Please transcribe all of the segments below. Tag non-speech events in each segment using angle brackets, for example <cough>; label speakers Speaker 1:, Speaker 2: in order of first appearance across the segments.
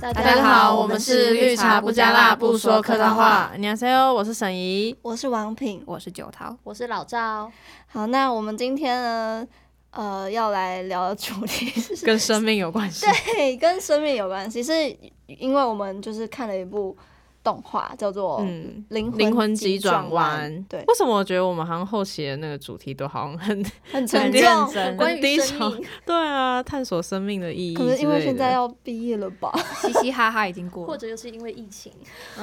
Speaker 1: 大家好，我们是绿茶不加辣，不说客套话。你好，E 我是沈怡。
Speaker 2: 我是王品。
Speaker 3: 我是九桃，
Speaker 4: 我是老赵，
Speaker 2: 好，那我们今天呢，呃，要来聊的主题
Speaker 1: <laughs>
Speaker 2: 是，
Speaker 1: 跟生命有关系。
Speaker 2: 对，跟生命有关系，是因为我们就是看了一部动画，叫做《
Speaker 1: 嗯，
Speaker 2: 灵
Speaker 1: 灵魂
Speaker 2: 急
Speaker 1: 急转
Speaker 2: 弯》，
Speaker 1: 弯。
Speaker 2: 对
Speaker 1: 为什么我觉得我们好像后期的那个主题都好像 <laughs> 很
Speaker 2: 很
Speaker 1: 很
Speaker 2: 沉
Speaker 1: 认
Speaker 2: 重，
Speaker 3: 真
Speaker 2: 关
Speaker 1: 低
Speaker 2: 于生
Speaker 1: 潮
Speaker 2: 命。
Speaker 1: 对啊，探索生命的意义之
Speaker 2: 可
Speaker 1: 类
Speaker 2: 能
Speaker 1: 的。
Speaker 2: 因为现在要毕业了吧？
Speaker 3: 嘻嘻哈哈已经过
Speaker 4: 或
Speaker 3: 了，
Speaker 4: 者又是因为疫情， <laughs>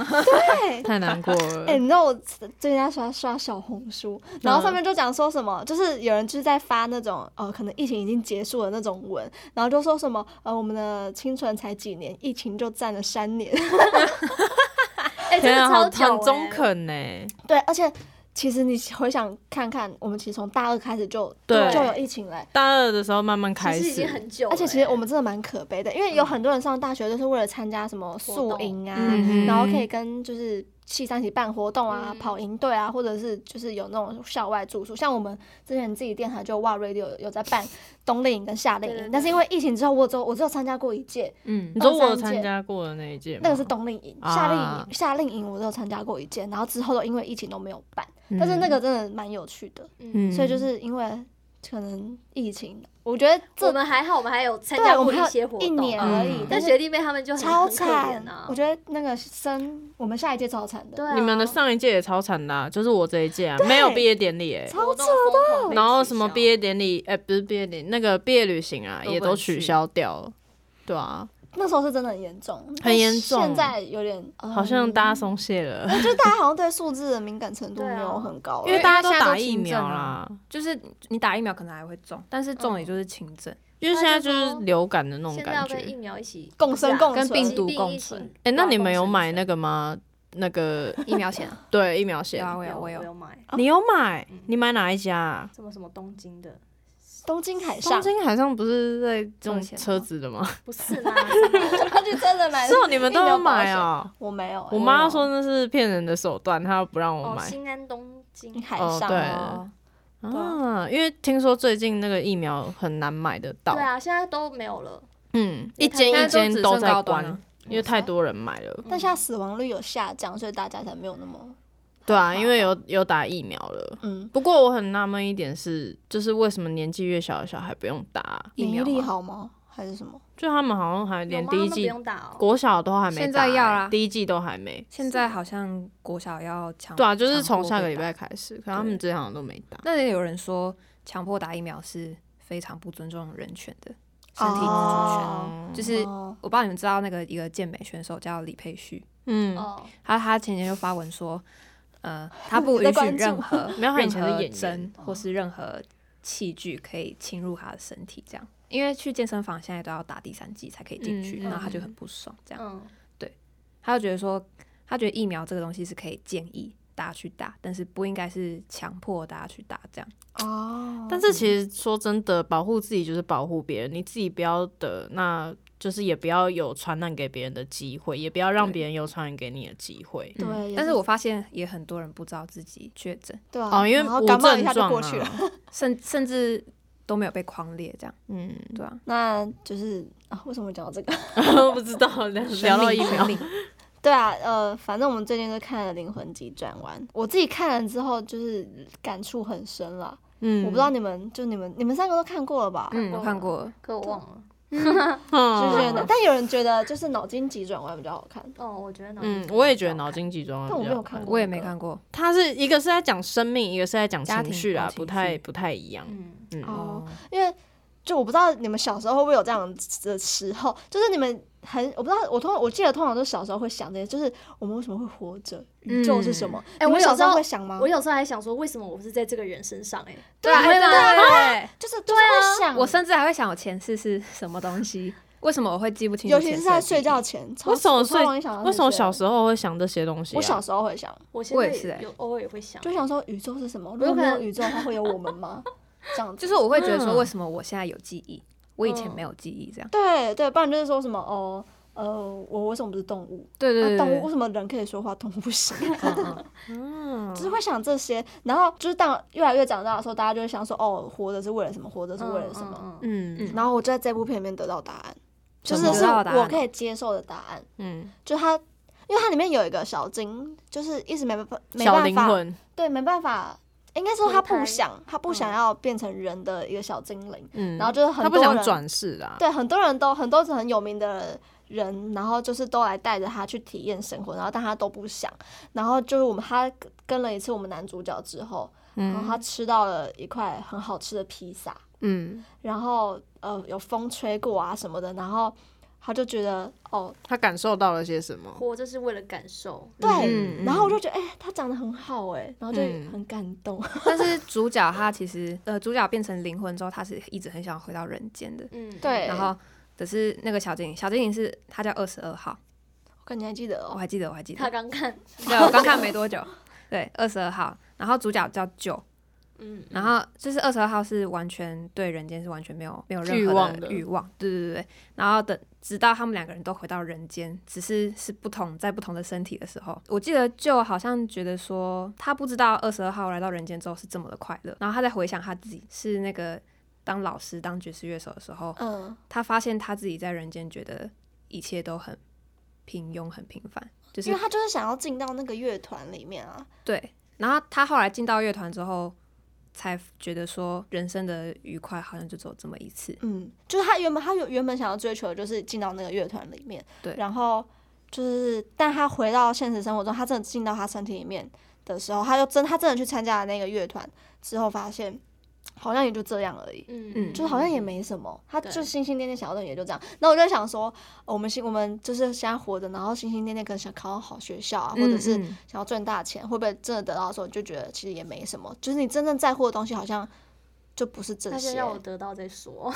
Speaker 2: 对，
Speaker 1: 太难过了。
Speaker 2: <laughs> 哎、你知道我最近在刷刷小红书，然后上面就讲说什么，就是有人就是在发那种呃，可能疫情已经结束了那种文，然后就说什么呃，我们的青春才几年，疫情就占了三年。
Speaker 4: 哎、真
Speaker 1: 天
Speaker 4: 的
Speaker 1: 啊，好
Speaker 4: 超
Speaker 1: 很
Speaker 4: 久、欸，
Speaker 1: 中肯呢。
Speaker 2: 对，而且其实你回想看看，我们其实从大二开始就
Speaker 1: 对
Speaker 2: 就有疫情嘞、
Speaker 1: 大二的时候慢慢开
Speaker 4: 其实已经
Speaker 1: 始，
Speaker 4: 很久了欸、
Speaker 2: 而且其实我们真的蛮可悲的，因为有很多人上大学就是为了参加什么宿营啊，
Speaker 1: 嗯
Speaker 2: 然后可以跟就是系上一起办活动啊、
Speaker 4: 嗯
Speaker 2: 跑营队啊，或者是就是有那种校外住宿。像我们之前自己电台就哇 radio 有有在
Speaker 1: <laughs>
Speaker 2: 办冬令营跟夏令
Speaker 4: 对对
Speaker 2: 营
Speaker 4: 对，
Speaker 2: 但是因为疫情之后，我只有我只有参加过一届，
Speaker 3: 嗯
Speaker 1: 你，说我有
Speaker 2: 二三届
Speaker 1: 参加过的那一届吗，
Speaker 2: 那个是冬令营，
Speaker 1: 啊
Speaker 2: 夏令营夏令营我只有参加过一届，然后之后都因为疫情都没有办，
Speaker 1: 嗯，
Speaker 2: 但是那个真的蛮有趣的，
Speaker 4: 嗯，
Speaker 2: 所以就是因为可能疫情，我觉得
Speaker 4: 我
Speaker 2: 这。
Speaker 4: 们还好，我们还有参
Speaker 2: 对，啊
Speaker 4: 加过
Speaker 2: 我们
Speaker 4: 一
Speaker 2: 还
Speaker 4: 些
Speaker 2: 有
Speaker 4: 活动，
Speaker 2: 一年而已
Speaker 1: 嗯，
Speaker 2: 但
Speaker 4: 但
Speaker 2: 是
Speaker 4: 学弟妹他们就很
Speaker 2: 超
Speaker 4: 很可
Speaker 2: 惨
Speaker 4: 怜啊！
Speaker 2: 我觉得那个生，我们下一届超惨的，
Speaker 4: 对、啊，
Speaker 1: 你们的上一届也超惨的啊，就是我这一届啊，没有毕业典礼哎。
Speaker 4: 活动疯狂被
Speaker 1: 然后
Speaker 4: 取
Speaker 1: 什么
Speaker 4: 消
Speaker 1: 毕业典礼，哎、不是毕业典礼，那个毕业旅行啊，
Speaker 3: 都
Speaker 1: 也
Speaker 3: 不
Speaker 1: 都
Speaker 3: 能
Speaker 1: 取
Speaker 3: 去
Speaker 1: 消掉了。对啊，
Speaker 2: 那时候是真的很严重，
Speaker 1: 很严重
Speaker 2: 现在有点、呃
Speaker 1: 好像大家松懈了，
Speaker 2: 我觉得大家好像对数字的敏感程度
Speaker 4: 对
Speaker 2: 没
Speaker 4: 啊
Speaker 2: 有很高、
Speaker 1: 因为
Speaker 2: 欸
Speaker 1: 大家都
Speaker 3: 现在都
Speaker 1: 打疫
Speaker 3: 轻
Speaker 1: 苗
Speaker 3: 症
Speaker 1: 啦
Speaker 3: 啊。
Speaker 1: 就是
Speaker 3: 你打疫苗可能还会中，但是中也就是轻症，
Speaker 1: 因为现在就
Speaker 4: 大家
Speaker 1: 是
Speaker 4: 都
Speaker 1: 流感的那种
Speaker 4: 现在要
Speaker 1: 感觉。
Speaker 4: 跟疫
Speaker 1: 哎、
Speaker 4: 苗一起
Speaker 2: 共生
Speaker 4: 是啊
Speaker 2: 共
Speaker 3: 跟
Speaker 2: 存
Speaker 3: 病毒
Speaker 4: 疾
Speaker 3: 共
Speaker 4: 疫
Speaker 3: 存
Speaker 4: 情
Speaker 1: 那
Speaker 4: 要
Speaker 1: 你
Speaker 4: 共
Speaker 1: 们有
Speaker 4: 生
Speaker 1: 买
Speaker 4: 存
Speaker 1: 那个吗？那个
Speaker 3: 疫苗险啊，
Speaker 1: <laughs> 对疫苗险
Speaker 3: 有，啊，我有
Speaker 4: 有
Speaker 3: 我
Speaker 4: 有
Speaker 3: 有，
Speaker 4: 买
Speaker 1: 你有买
Speaker 4: 嗯？
Speaker 1: 你买哪一家、啊？
Speaker 4: 什么什么东京的，
Speaker 2: 东京海
Speaker 1: 东
Speaker 2: 上，
Speaker 1: 京海上不是在这种
Speaker 3: 寿险吗
Speaker 1: 车子的吗？
Speaker 4: 不是
Speaker 1: <laughs>
Speaker 4: 啦，是那个
Speaker 2: 他就真的 <laughs> 买，
Speaker 1: 是哦，你们都
Speaker 2: 疫苗
Speaker 1: 有
Speaker 2: 保
Speaker 1: 买
Speaker 2: 险
Speaker 1: 哦。
Speaker 2: 我没有欸、
Speaker 1: 我妈说那是骗人的手段，她不让我
Speaker 4: 哦，
Speaker 1: 买。
Speaker 4: 新安东京
Speaker 2: 你海
Speaker 1: 哦
Speaker 2: 上、
Speaker 1: 对
Speaker 3: 哦
Speaker 1: 啊，因为听说最近那个疫苗很难买得到，
Speaker 4: 对啊，现在都没有了，
Speaker 1: 嗯，
Speaker 4: 因为
Speaker 1: 一
Speaker 4: 它
Speaker 1: 间一
Speaker 3: 现在都
Speaker 1: 间
Speaker 3: 只
Speaker 1: 都
Speaker 3: 剩
Speaker 1: 在
Speaker 3: 高端
Speaker 1: 关，
Speaker 3: 了嗯
Speaker 1: 因为太多人买了。
Speaker 4: 嗯
Speaker 2: 但现在死亡率有下降，所以大家才没有那么
Speaker 1: 对啊，
Speaker 2: 怕
Speaker 1: 因为有有打疫苗了。
Speaker 2: 嗯，
Speaker 1: 不过我很纳闷一点是，就是为什么年纪越小的小孩不用打？
Speaker 3: 疫
Speaker 2: 免疫
Speaker 3: 苗
Speaker 2: 力
Speaker 3: 啊
Speaker 2: 好吗？还是什么？
Speaker 1: 就他们好像还
Speaker 4: 有
Speaker 1: 连
Speaker 4: 吗
Speaker 1: 第一
Speaker 4: 他们不
Speaker 1: 季、
Speaker 4: 用打哦，
Speaker 1: 国小都还没打欸，
Speaker 3: 现在要啦
Speaker 1: 第一季都还没。
Speaker 3: 现在好像国小要强，
Speaker 1: 对啊，就是
Speaker 3: 强
Speaker 1: 从
Speaker 3: 迫
Speaker 1: 下个
Speaker 3: 被
Speaker 1: 礼
Speaker 3: 打哦
Speaker 1: 拜。开始，可他们之前好像都没打。
Speaker 3: 那也有人说，强迫打疫苗是非常不尊重人权的身体自主权，
Speaker 2: 哦
Speaker 3: 就是
Speaker 2: 哦
Speaker 3: 我不知道你们知道那个一个健美选手叫李佩旭，
Speaker 1: 嗯，
Speaker 4: 哦，
Speaker 3: 他他前天就发文说，呃，他不
Speaker 2: 你在
Speaker 3: 允
Speaker 2: 关
Speaker 3: 许
Speaker 2: 注
Speaker 3: 任何
Speaker 1: 没有他以
Speaker 3: 任
Speaker 1: 前是演
Speaker 3: 何
Speaker 1: 员哦
Speaker 3: 针或是任何器具可以侵入他的身体，这样，因为去健身房现在都要打第三剂才可以进去，
Speaker 1: 嗯
Speaker 3: 然后他就很不爽，这样，
Speaker 4: 嗯，
Speaker 3: 他就觉得说，他觉得疫苗这个东西是可以建议大家去打，但是不应该是强迫大家去打这样。
Speaker 2: 哦，
Speaker 1: 但是
Speaker 3: 嗯
Speaker 1: 其实说真的，保护自己就是保护别人，你自己不要得，那就是也不要有传染给别人的机会，也不要让
Speaker 3: 对
Speaker 1: 别人有传染给你的机会。
Speaker 2: 对
Speaker 3: 嗯
Speaker 2: 也
Speaker 3: 但
Speaker 2: 是
Speaker 3: 是我发现也很多人不知道自己确诊，
Speaker 2: 对啊，
Speaker 1: 哦，因为
Speaker 2: 然后
Speaker 1: 无
Speaker 2: 感冒一
Speaker 1: 症
Speaker 2: 下就
Speaker 1: 状
Speaker 2: 过去了。
Speaker 1: 啊，
Speaker 3: 甚甚至都没有被框列这样，
Speaker 1: 嗯，
Speaker 3: 对啊，
Speaker 2: <laughs> 那就是啊，为什么讲到这个？
Speaker 1: <laughs>
Speaker 2: <laughs>
Speaker 1: 不知道聊到疫苗
Speaker 3: 生，命
Speaker 2: 对啊，呃，反正我们最近就看了《灵魂急转弯》，我自己看了之后就是感触很深啦。
Speaker 1: 嗯
Speaker 2: 我不知道你们，就你们，你们三个都看过了吧？
Speaker 3: 嗯，我看过，
Speaker 4: 可我忘了，
Speaker 2: 就是觉
Speaker 1: 嗯
Speaker 2: 得，但有人觉得就是脑筋急转弯比较好看，
Speaker 4: 哦，我觉得脑
Speaker 1: 嗯，
Speaker 4: 筋
Speaker 1: 我也
Speaker 4: 急
Speaker 1: 觉得
Speaker 4: 转
Speaker 1: 脑
Speaker 4: 弯
Speaker 1: 筋急转弯，
Speaker 2: 但我没有看过
Speaker 3: 我也没看过。
Speaker 1: 它是一个是在讲生命，一个是在讲
Speaker 3: 家
Speaker 1: 情
Speaker 3: 庭
Speaker 1: 绪啊
Speaker 3: 哦，情
Speaker 1: 不太
Speaker 3: 绪
Speaker 1: 不太一样。
Speaker 4: 嗯，
Speaker 1: 嗯，
Speaker 2: 哦，因为就我不知道你们小时候会不会有这样的时候，就是你们很我不知道，我通我记得通常都是小时候会想这些，就是我们为什么会活着，宇宙是什么？
Speaker 4: 哎
Speaker 2: 你们
Speaker 4: 我有
Speaker 2: 小时
Speaker 4: 时
Speaker 2: 候
Speaker 4: 候
Speaker 2: 会想吗
Speaker 4: 我？有时候还想说，为什么我是在这个人身上？哎，啊
Speaker 3: 对啊，对啊，
Speaker 2: 就是就是会想，
Speaker 3: 我甚至还会想我前世是什么东西，为什么我会记不清楚
Speaker 2: 尤
Speaker 3: 前世的记忆？
Speaker 2: 其是在睡觉前，超
Speaker 1: 为什么
Speaker 2: 我超
Speaker 1: 睡
Speaker 2: 容易想到
Speaker 1: 为什么
Speaker 2: 这些
Speaker 1: 小时候会想这些东西啊？
Speaker 2: 我小时候会想，
Speaker 4: 我现
Speaker 3: 我
Speaker 4: 在
Speaker 3: 也是欸
Speaker 4: 有偶尔也会想，嗯
Speaker 2: 就想说宇宙是什么？如
Speaker 4: 有
Speaker 2: 果
Speaker 4: 可
Speaker 2: 没有
Speaker 4: 能
Speaker 2: 宇宙，它会有我们吗？这样子
Speaker 3: 就是我会觉得说，
Speaker 1: 嗯
Speaker 3: 为什么我现在有记忆，我以前没有记忆这样？
Speaker 2: 对对，不然就是说什么哦呃，我为什么不是动物？
Speaker 3: 对对
Speaker 2: 啊
Speaker 3: 对
Speaker 2: 动物为
Speaker 3: 对
Speaker 2: 什么人可以说话，动物不行？
Speaker 3: 嗯，
Speaker 2: <laughs>
Speaker 3: 嗯
Speaker 1: 嗯
Speaker 2: 就是会想这些，然后就是当越来越长大的时候，大家就会想说，哦，活着是为了什么，活着是为了什么。
Speaker 4: 么？嗯
Speaker 1: 嗯
Speaker 3: 嗯
Speaker 2: 然后我就在这部片里面得到答案，就是
Speaker 1: 什么
Speaker 2: 是
Speaker 3: 得到的答案
Speaker 2: 我
Speaker 3: 哦
Speaker 2: 可以接受的答案。
Speaker 1: 嗯，
Speaker 2: 就它，因为它里面有一个小精，就是一直没办法，没
Speaker 1: 小
Speaker 2: 办
Speaker 1: 灵
Speaker 2: 法，
Speaker 1: 魂，
Speaker 2: 对，没办法，应该说他
Speaker 4: 脱
Speaker 2: 不
Speaker 4: 胎
Speaker 2: 想，他不想
Speaker 4: 嗯
Speaker 2: 要变成人的一个小精灵。
Speaker 1: 嗯，
Speaker 2: 然后就是很
Speaker 1: 他不
Speaker 2: 多人
Speaker 1: 想转世啊，
Speaker 2: 对，很多人都很多很有名的人，然后就是都来带着他去体验生活，然后但他都不想。然后就是我们他跟了一次我们男主角之后，然后
Speaker 1: 嗯
Speaker 2: 他吃到了一块很好吃的披萨，
Speaker 1: 嗯，
Speaker 2: 然后呃有风吹过啊什么的，然后他就觉得哦
Speaker 1: 他感受到了些什么？
Speaker 4: 活嗯着是为了感受，
Speaker 2: 对，
Speaker 1: 嗯
Speaker 2: 然后我就觉得哎、他长得很好哎、然后就
Speaker 1: 嗯
Speaker 2: 很感动。
Speaker 3: <laughs>
Speaker 2: <laughs>
Speaker 3: 但是主角他其实呃，主角变成灵魂之后，他是一直很想回到人间的。
Speaker 4: 嗯，
Speaker 2: 对
Speaker 3: 然后只是那个小精灵，小精灵是他叫二十二号，
Speaker 2: 我感觉还记得
Speaker 3: 我
Speaker 2: 哦，
Speaker 3: 还记得，我还记
Speaker 4: 他
Speaker 3: 得，
Speaker 4: 刚看，
Speaker 3: 对我刚看没多久，对，二十二号。然后主角叫九，
Speaker 4: 嗯，
Speaker 3: 然后就是二十二号是完全对人间是完全没有没有任
Speaker 1: 欲
Speaker 3: 何
Speaker 1: 望
Speaker 3: 的
Speaker 1: 的
Speaker 3: 欲望，对对对对。然后等直到他们两个人都回到人间，只是是不同在不同的身体的时候，我记得就好像觉得说他不知道二十二号来到人间之后是这么的快乐，然后他在回想他自己是那个当老师当爵士乐手的时候，
Speaker 2: 嗯，
Speaker 3: 他发现他自己在人间觉得一切都很平庸很平凡，就
Speaker 2: 因
Speaker 3: 是
Speaker 2: 为他就是想要进到那个乐团里面啊，
Speaker 3: 对，然后他后来进到乐团之后，才觉得说人生的愉快好像就只有这么一次。
Speaker 2: 嗯，就是他原本他有原本想要追求的就是进到那个乐团里面，
Speaker 3: 对
Speaker 2: 然后就是，但他回到现实生活中，他真的进到他身体里面的时候，他就真他真的去参加了那个乐团之后，发现好像也就这样而已。
Speaker 4: 嗯
Speaker 3: 嗯
Speaker 2: 就是好像也没什么，他
Speaker 4: 对
Speaker 2: 就心心念念想要的也就这样。那我就在想说，呃我们心我们就是现在活着，然后心心念念可能想考好学校啊，或者是
Speaker 3: 嗯
Speaker 2: 想要赚大钱，会不会真的得到的时候，你就觉得其实也没什么。就是你真正在乎的东西，好像就不是这
Speaker 4: 他先
Speaker 2: 些。
Speaker 4: 让我得到再说，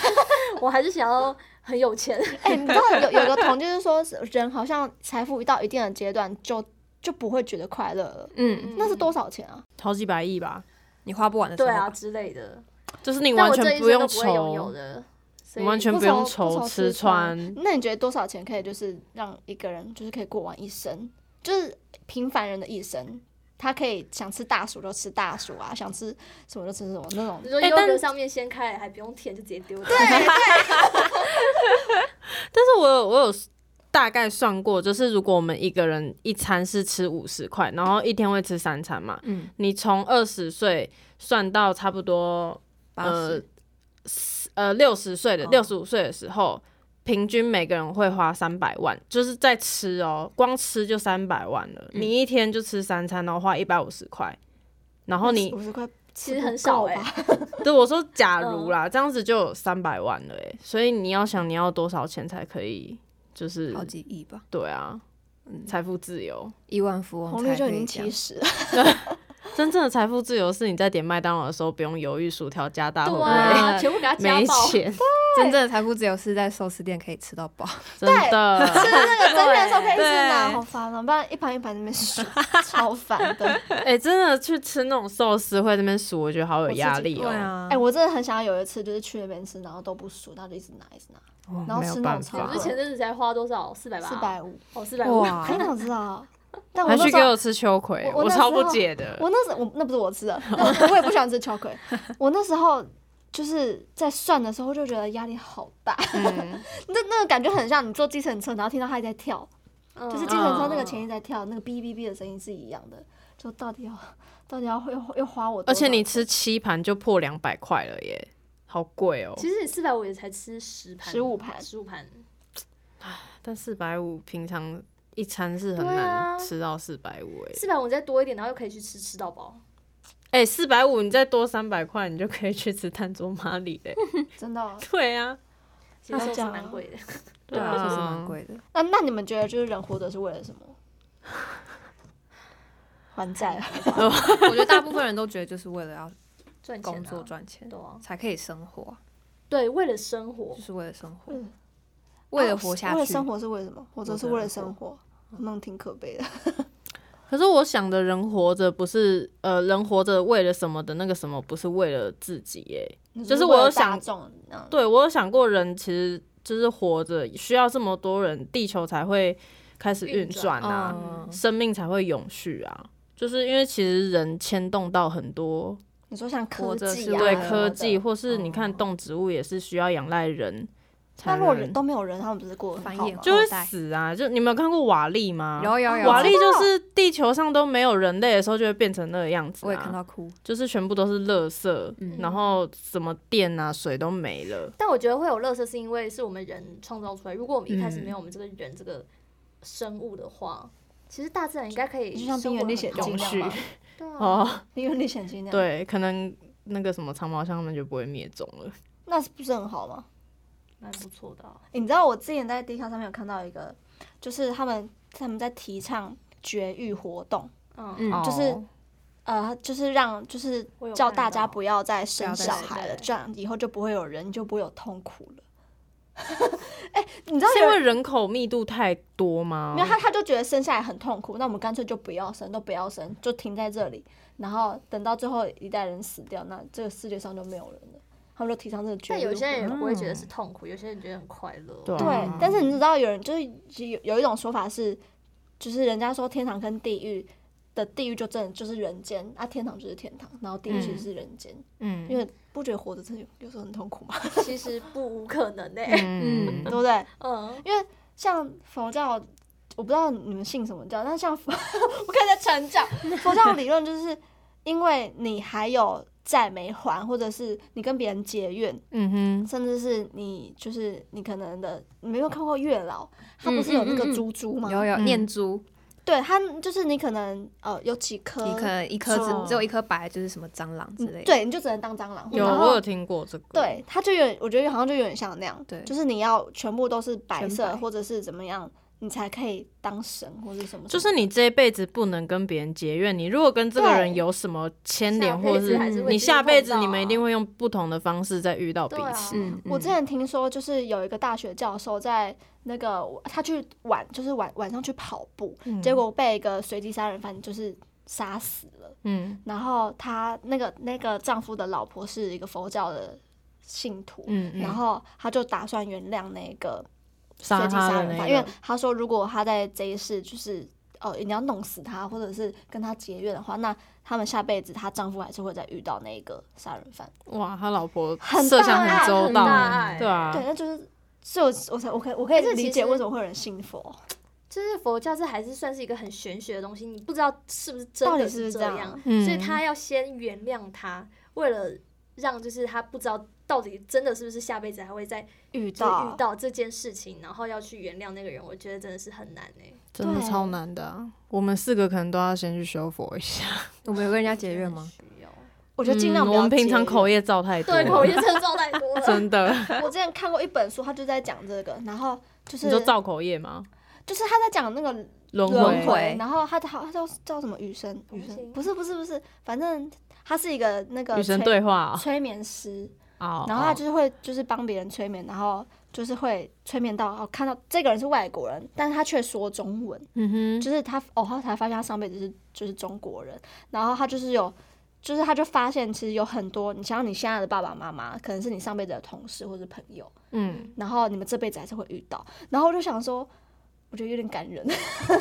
Speaker 4: <laughs> 我还是想要很有钱，
Speaker 2: 哎、你知道有有一个统计是说，人好像财富一到一定的阶段就就不会觉得快乐了。
Speaker 3: 嗯，
Speaker 2: 那是多少钱啊？
Speaker 1: 好几百亿吧，
Speaker 3: 你花不完的生
Speaker 4: 对
Speaker 3: 活
Speaker 4: 啊
Speaker 3: 吧。
Speaker 4: 之类的，
Speaker 1: 就是你
Speaker 4: 但
Speaker 1: 完
Speaker 4: 我这
Speaker 1: 全
Speaker 4: 一生
Speaker 1: 不
Speaker 4: 都
Speaker 1: 用
Speaker 4: 不会拥有
Speaker 1: 愁，
Speaker 4: 的，所
Speaker 1: 你
Speaker 4: 以
Speaker 1: 完全
Speaker 2: 不
Speaker 1: 不用
Speaker 2: 愁不
Speaker 1: 愁
Speaker 2: 愁
Speaker 1: 吃
Speaker 2: 吃穿
Speaker 1: 穿，
Speaker 2: 那你觉得多少钱可以就是让一个人就是可以过完一生，就是平凡人的一生？他可以想吃大薯就吃大薯啊，想吃什么就吃什么那种
Speaker 4: 你。说
Speaker 1: 哎
Speaker 4: 优
Speaker 1: 但
Speaker 4: 格上面掀开来还不用舔就直接丢掉，
Speaker 1: 但是我有我有大概算过，就是如果我们一个人一餐是吃五十块，然后一天会吃三餐嘛，
Speaker 3: 嗯，
Speaker 1: 你从二十岁算到差不多
Speaker 3: 八
Speaker 1: 呃
Speaker 3: 十，
Speaker 1: 四呃六十岁的
Speaker 3: 哦
Speaker 1: 六十五岁的时候。平均每个人会花三百万，就是在吃哦，光吃就三百万了。
Speaker 3: 嗯
Speaker 1: 你一天就吃三餐，然后花一百五十块，然后你
Speaker 2: 五十块
Speaker 4: 其
Speaker 2: 吃
Speaker 4: 实
Speaker 2: 不
Speaker 4: 很少
Speaker 2: 够
Speaker 4: 哎、
Speaker 2: 吧
Speaker 1: 对，我说假如
Speaker 3: 嗯
Speaker 1: 啦，这样子就有三百万了哎，所以你要想你要多少钱才可以，就是
Speaker 2: 嗯
Speaker 3: 好几亿吧，
Speaker 1: 对啊，
Speaker 3: 嗯，
Speaker 1: 财富自由，
Speaker 3: 亿万富翁
Speaker 2: 红
Speaker 3: 才
Speaker 2: 绿就已
Speaker 3: 可以
Speaker 2: 经
Speaker 3: 这
Speaker 2: 七
Speaker 3: 样
Speaker 2: 十了，
Speaker 1: 真正的财富自由是你在点麦当劳的时候不用犹豫薯条
Speaker 2: <laughs>
Speaker 1: 加大会不
Speaker 4: 对
Speaker 1: 会
Speaker 4: 啊，全部给他家
Speaker 1: <laughs> 没
Speaker 4: 暴，
Speaker 1: 钱，
Speaker 3: 真正的财富自由是在寿司店可以吃到
Speaker 2: <laughs>
Speaker 3: 饱。
Speaker 1: 真的。
Speaker 2: 吃那个真人的时候可以吃呢，
Speaker 1: 对
Speaker 2: 好烦哦、不然一盘一盘在那边
Speaker 1: <laughs>
Speaker 2: 数，超烦的。
Speaker 1: <laughs> 哎、真的去吃那种寿司会在那边数，我觉得好有压力哦、
Speaker 3: 啊
Speaker 2: 哎、我真的很想要有一次，就是去那边吃，然后都不数，然后就一直拿，一直拿，
Speaker 1: 哦
Speaker 2: 然后
Speaker 1: 没有
Speaker 2: 吃那
Speaker 1: 办
Speaker 2: 种
Speaker 1: 法
Speaker 2: 超
Speaker 4: 我
Speaker 2: 贵
Speaker 4: 不是前阵子才花多少？四百八，
Speaker 2: 四，百五，
Speaker 4: 哦，四百五，
Speaker 3: 哇
Speaker 2: 很想知道。但我
Speaker 1: 还
Speaker 2: 那
Speaker 1: 去
Speaker 2: 时
Speaker 1: 给
Speaker 2: 候，
Speaker 1: 我吃秋葵，
Speaker 2: 我我那时
Speaker 1: 超
Speaker 2: 候
Speaker 1: 不解的。
Speaker 2: 我那时候我那不是我吃的， <laughs> 但我也不喜欢吃巧克力。我那时候就是在算的时候就觉得压力好大，
Speaker 3: 嗯，
Speaker 2: <laughs> 那那个感觉很像你坐计程车，然后听到它一直在跳，
Speaker 4: 嗯
Speaker 2: 就是计程车那个前一直在跳，那个哔哔哔的声音是一样的。就到底要到底要要要花我多
Speaker 1: 而
Speaker 2: 少
Speaker 1: 且
Speaker 2: 钱，
Speaker 1: 你吃七盘就破两百块了耶，好贵哦、
Speaker 4: 其实你四百五也才吃十盘，
Speaker 2: 15盘
Speaker 4: 十五盘，
Speaker 1: 但四百五平常一餐是很
Speaker 4: 对啊
Speaker 1: 难吃到四百五哎。
Speaker 4: 四百五再多一点，然后又可以去吃吃到饱。
Speaker 1: 哎、四百五你再多三百块，你就可以去吃碳桌马里嘞。
Speaker 2: 真的哦。
Speaker 1: <laughs> 对啊，
Speaker 4: 其实
Speaker 2: 那
Speaker 4: 寿
Speaker 2: 这
Speaker 4: 司
Speaker 2: 样
Speaker 4: 蛮贵的，
Speaker 3: 对啊，寿司蛮
Speaker 1: <laughs>
Speaker 3: 贵的。
Speaker 2: 那那你们觉得就是人活着是为了什么？ <laughs> 还债啊？
Speaker 3: 我觉得大部分人都觉得就是为了要
Speaker 4: 赚钱啊
Speaker 3: 工作赚钱
Speaker 4: 对啊，
Speaker 3: 才可以生活，
Speaker 4: 对，为了生活
Speaker 3: 就，是为了生活
Speaker 2: 嗯，
Speaker 3: 为了活下去。
Speaker 2: 为了生活是为了什么？活着是为了
Speaker 3: 活
Speaker 2: 生活，那挺可悲
Speaker 3: <laughs>
Speaker 2: 的。
Speaker 1: 可是我想的人活着不是呃，人活着为了什么的那个什么，不是为了自己耶、就是我有想
Speaker 2: 中那
Speaker 3: <laughs>
Speaker 2: 样，
Speaker 1: 对我有想过，人其实就是活着需要这么多人，地球才会开始运转啊，
Speaker 3: 嗯
Speaker 1: 生命才会永续啊。就是因为其实人牵动到很多
Speaker 2: 你说像科
Speaker 3: 活着
Speaker 2: 技
Speaker 3: 是
Speaker 2: 啊，
Speaker 3: 为
Speaker 1: 对
Speaker 3: 了
Speaker 1: 科技，
Speaker 2: 或
Speaker 1: 或是你看
Speaker 3: 哦
Speaker 1: 动植物也是需要仰赖人
Speaker 2: 那
Speaker 1: 残
Speaker 2: 如果
Speaker 1: 忍
Speaker 2: 人都没有人，他们不是过得很好
Speaker 3: 繁衍
Speaker 2: 吗？
Speaker 1: 就会
Speaker 3: 后代
Speaker 1: 死啊！就你们有看过瓦力吗？
Speaker 3: 有有有，
Speaker 1: 啊瓦
Speaker 2: 力
Speaker 1: 砾
Speaker 2: 知道
Speaker 1: 就是地球上都没有人类的时候，就会变成那个样子、啊。
Speaker 3: 我也看到哭，
Speaker 1: 就是全部都是垃圾，
Speaker 3: 嗯
Speaker 1: 然后什么电啊、水都没了。
Speaker 4: 但我觉得会有乐色，是因为是我们人创造出来。如果我们一开始
Speaker 1: 嗯
Speaker 4: 没有我们这个人这个生物的话，其实大自然应该可以
Speaker 2: 就像
Speaker 4: 生
Speaker 2: 冰原
Speaker 4: 活
Speaker 2: 历
Speaker 4: 得
Speaker 2: 险
Speaker 4: 很好
Speaker 2: 记那
Speaker 1: 永续
Speaker 2: 样吧，
Speaker 4: 对啊，
Speaker 1: 哦，
Speaker 2: 因为历险记那样，，
Speaker 1: 对，可能那个什么长毛象他们就不会灭种了。
Speaker 2: 那是不是很好吗？
Speaker 4: 蛮不错的啊。
Speaker 2: 欸你知道我之前在 D 卡上面有看到一个，就是他们他们在提倡绝育活动，
Speaker 4: 嗯，
Speaker 3: 嗯，
Speaker 1: 哦
Speaker 2: 就是呃，就是让就是
Speaker 4: 我有
Speaker 2: 叫
Speaker 4: 看
Speaker 2: 大家
Speaker 4: 到啊
Speaker 2: 不要再生
Speaker 3: 要再
Speaker 2: 小
Speaker 3: 生
Speaker 2: 孩了，
Speaker 4: 对
Speaker 2: 这样以后就不会有人，就不会有痛苦了。 <laughs> 哎、你知道
Speaker 1: 是因
Speaker 2: 有
Speaker 1: 为
Speaker 2: 人
Speaker 1: 人口密度太多吗
Speaker 2: 没？有他他就觉得生下来很痛苦，那我们干脆就不要生，都不要生，就停在这里，然后等到最后一代人死掉，那这个世界上就没有人了。他们就提倡这个绝
Speaker 4: 但
Speaker 2: 育活
Speaker 4: 有
Speaker 2: 动。
Speaker 4: 些人也不会觉得是痛苦，有些人觉得很快乐。
Speaker 1: 对啊
Speaker 2: 对
Speaker 1: 嗯，
Speaker 2: 但是你知道有人就是有有一种说法是，就是人家说天堂跟地狱的地狱就真的就是人间，啊，天堂就是天堂，然后地狱其实是人间，
Speaker 1: 嗯
Speaker 2: 因为不觉得活着真的有有时候很痛苦吗？
Speaker 4: 其实不无可能呢、
Speaker 1: 嗯
Speaker 3: 嗯
Speaker 2: <laughs> 对不对？
Speaker 4: <laughs> 嗯，
Speaker 2: 像佛教，我不知道你们信什么教，但像佛， <laughs> 我看在传教，佛教理论就是因为你还有债没还，或者是你跟别人结怨，
Speaker 1: 嗯哼，
Speaker 2: 甚至是你就是你可能的，你没有看过月老，他不是有那
Speaker 3: 嗯嗯嗯
Speaker 2: 个
Speaker 3: 嗯
Speaker 2: 猪猪吗？
Speaker 3: 有有
Speaker 1: 嗯
Speaker 3: 念珠，
Speaker 2: 对，它就是你可能呃有几颗，
Speaker 3: 你可能一颗
Speaker 1: 哦
Speaker 3: 只只有一颗白，就是什么蟑螂之
Speaker 2: 嗯
Speaker 3: 类的。
Speaker 2: 对，你就只能当蟑螂。
Speaker 1: 有
Speaker 2: 然
Speaker 1: 我
Speaker 2: 后
Speaker 1: 有听过这个。，
Speaker 2: 对，它就有，我觉得好像就有点像那样，
Speaker 3: 对
Speaker 2: 就是你要全部都是白
Speaker 3: 全
Speaker 2: 色
Speaker 3: 白
Speaker 2: 或者是怎么样，你才可以当神或者什么。
Speaker 1: 就是你这一辈子不能跟别人结怨，你如果跟这个
Speaker 2: 对
Speaker 1: 人有什么牵
Speaker 4: 下
Speaker 1: 连，
Speaker 4: 辈
Speaker 1: 或
Speaker 4: 子
Speaker 1: 是
Speaker 4: 还是会继
Speaker 1: 你
Speaker 4: 续
Speaker 1: 下辈
Speaker 4: 碰
Speaker 1: 子
Speaker 4: 到
Speaker 1: 你们一
Speaker 4: 啊
Speaker 1: 定会用不同的方式再遇到彼
Speaker 4: 对啊
Speaker 1: 此。
Speaker 3: 嗯，嗯，
Speaker 2: 我之前听说，就是有一个大学教授在那个他去晚，就是晚晚上去跑步，
Speaker 1: 嗯
Speaker 2: 结果被一个随机杀人犯就是杀死了。
Speaker 1: 嗯
Speaker 2: 然后他那个那个丈夫的老婆是一个佛教的信徒，
Speaker 1: 嗯嗯，
Speaker 2: 然后他就打算原谅那个随
Speaker 1: 杀
Speaker 2: 机
Speaker 1: 他
Speaker 2: 杀
Speaker 1: 的
Speaker 2: 人
Speaker 1: 那
Speaker 2: 犯，因为
Speaker 1: 个，
Speaker 2: 他说如果他在这一世就是呃你要弄死他，或者是跟他结怨的话，那他们下辈子她丈夫还是会再遇到那个杀人犯。
Speaker 1: 哇，他老婆
Speaker 2: 很
Speaker 1: 设
Speaker 2: 大
Speaker 1: 想
Speaker 4: 爱
Speaker 1: 很周
Speaker 4: 很
Speaker 1: 到
Speaker 4: 大
Speaker 1: 欸，
Speaker 4: 爱
Speaker 1: 对啊，
Speaker 2: 对，那就是。所以我，我才我可以我可以
Speaker 4: 而且其
Speaker 2: 理解
Speaker 4: 实
Speaker 2: 为什么会有人信佛，
Speaker 4: 就是佛教这还是算是一个很玄学的东西，你不知道是不是真
Speaker 2: 到底
Speaker 4: 的
Speaker 2: 是不是
Speaker 4: 这
Speaker 2: 这样
Speaker 4: 样
Speaker 2: 啊，
Speaker 1: 嗯
Speaker 4: 所以他要先原谅他，为了让就是他不知道到底真的是不是下辈子还会再
Speaker 2: 遇
Speaker 4: 就
Speaker 2: 到
Speaker 4: 遇到这件事情，然后要去原谅那个人，我觉得真的是很难哎、
Speaker 1: 真的
Speaker 2: 对
Speaker 1: 超难的啊、我们四个可能都要先去修佛一下。
Speaker 3: 我们有跟人家结怨吗？
Speaker 4: 需要。
Speaker 2: 我觉得尽量
Speaker 1: 嗯
Speaker 2: 不
Speaker 1: 我
Speaker 2: 要、
Speaker 1: 们平常口，业造太多了，
Speaker 4: 对，口音真的造太多了。
Speaker 1: <laughs> 真的，
Speaker 2: <laughs> 我之前看过一本书，他就在讲这个，然后就是
Speaker 1: 你说造口业吗？
Speaker 2: 就是他在讲那个
Speaker 1: 轮
Speaker 2: 轮
Speaker 1: 回，
Speaker 2: 回，然后他他他叫叫什么雨神
Speaker 4: 同
Speaker 2: 雨神，
Speaker 4: 性
Speaker 2: 不是不是不是，反正他是一个那个
Speaker 1: 与神
Speaker 2: 催
Speaker 1: 对话哦
Speaker 2: 催眠师，
Speaker 1: 哦。
Speaker 2: 然后他
Speaker 1: 哦
Speaker 2: 就是会就是帮别人催眠，然后就是会催眠到哦，看到这个人是外国人，但是他却说中文，
Speaker 1: 嗯哼，
Speaker 2: 就是他哦，他才发现他上辈子是就是中国人，然后他就是有。就是他就发现，其实有很多，你想想你现在的爸爸妈妈，可能是你上辈子的同事或者朋友，
Speaker 1: 嗯，
Speaker 2: 然后你们这辈子还是会遇到。然后我就想说，我觉得有点感人，
Speaker 4: <laughs>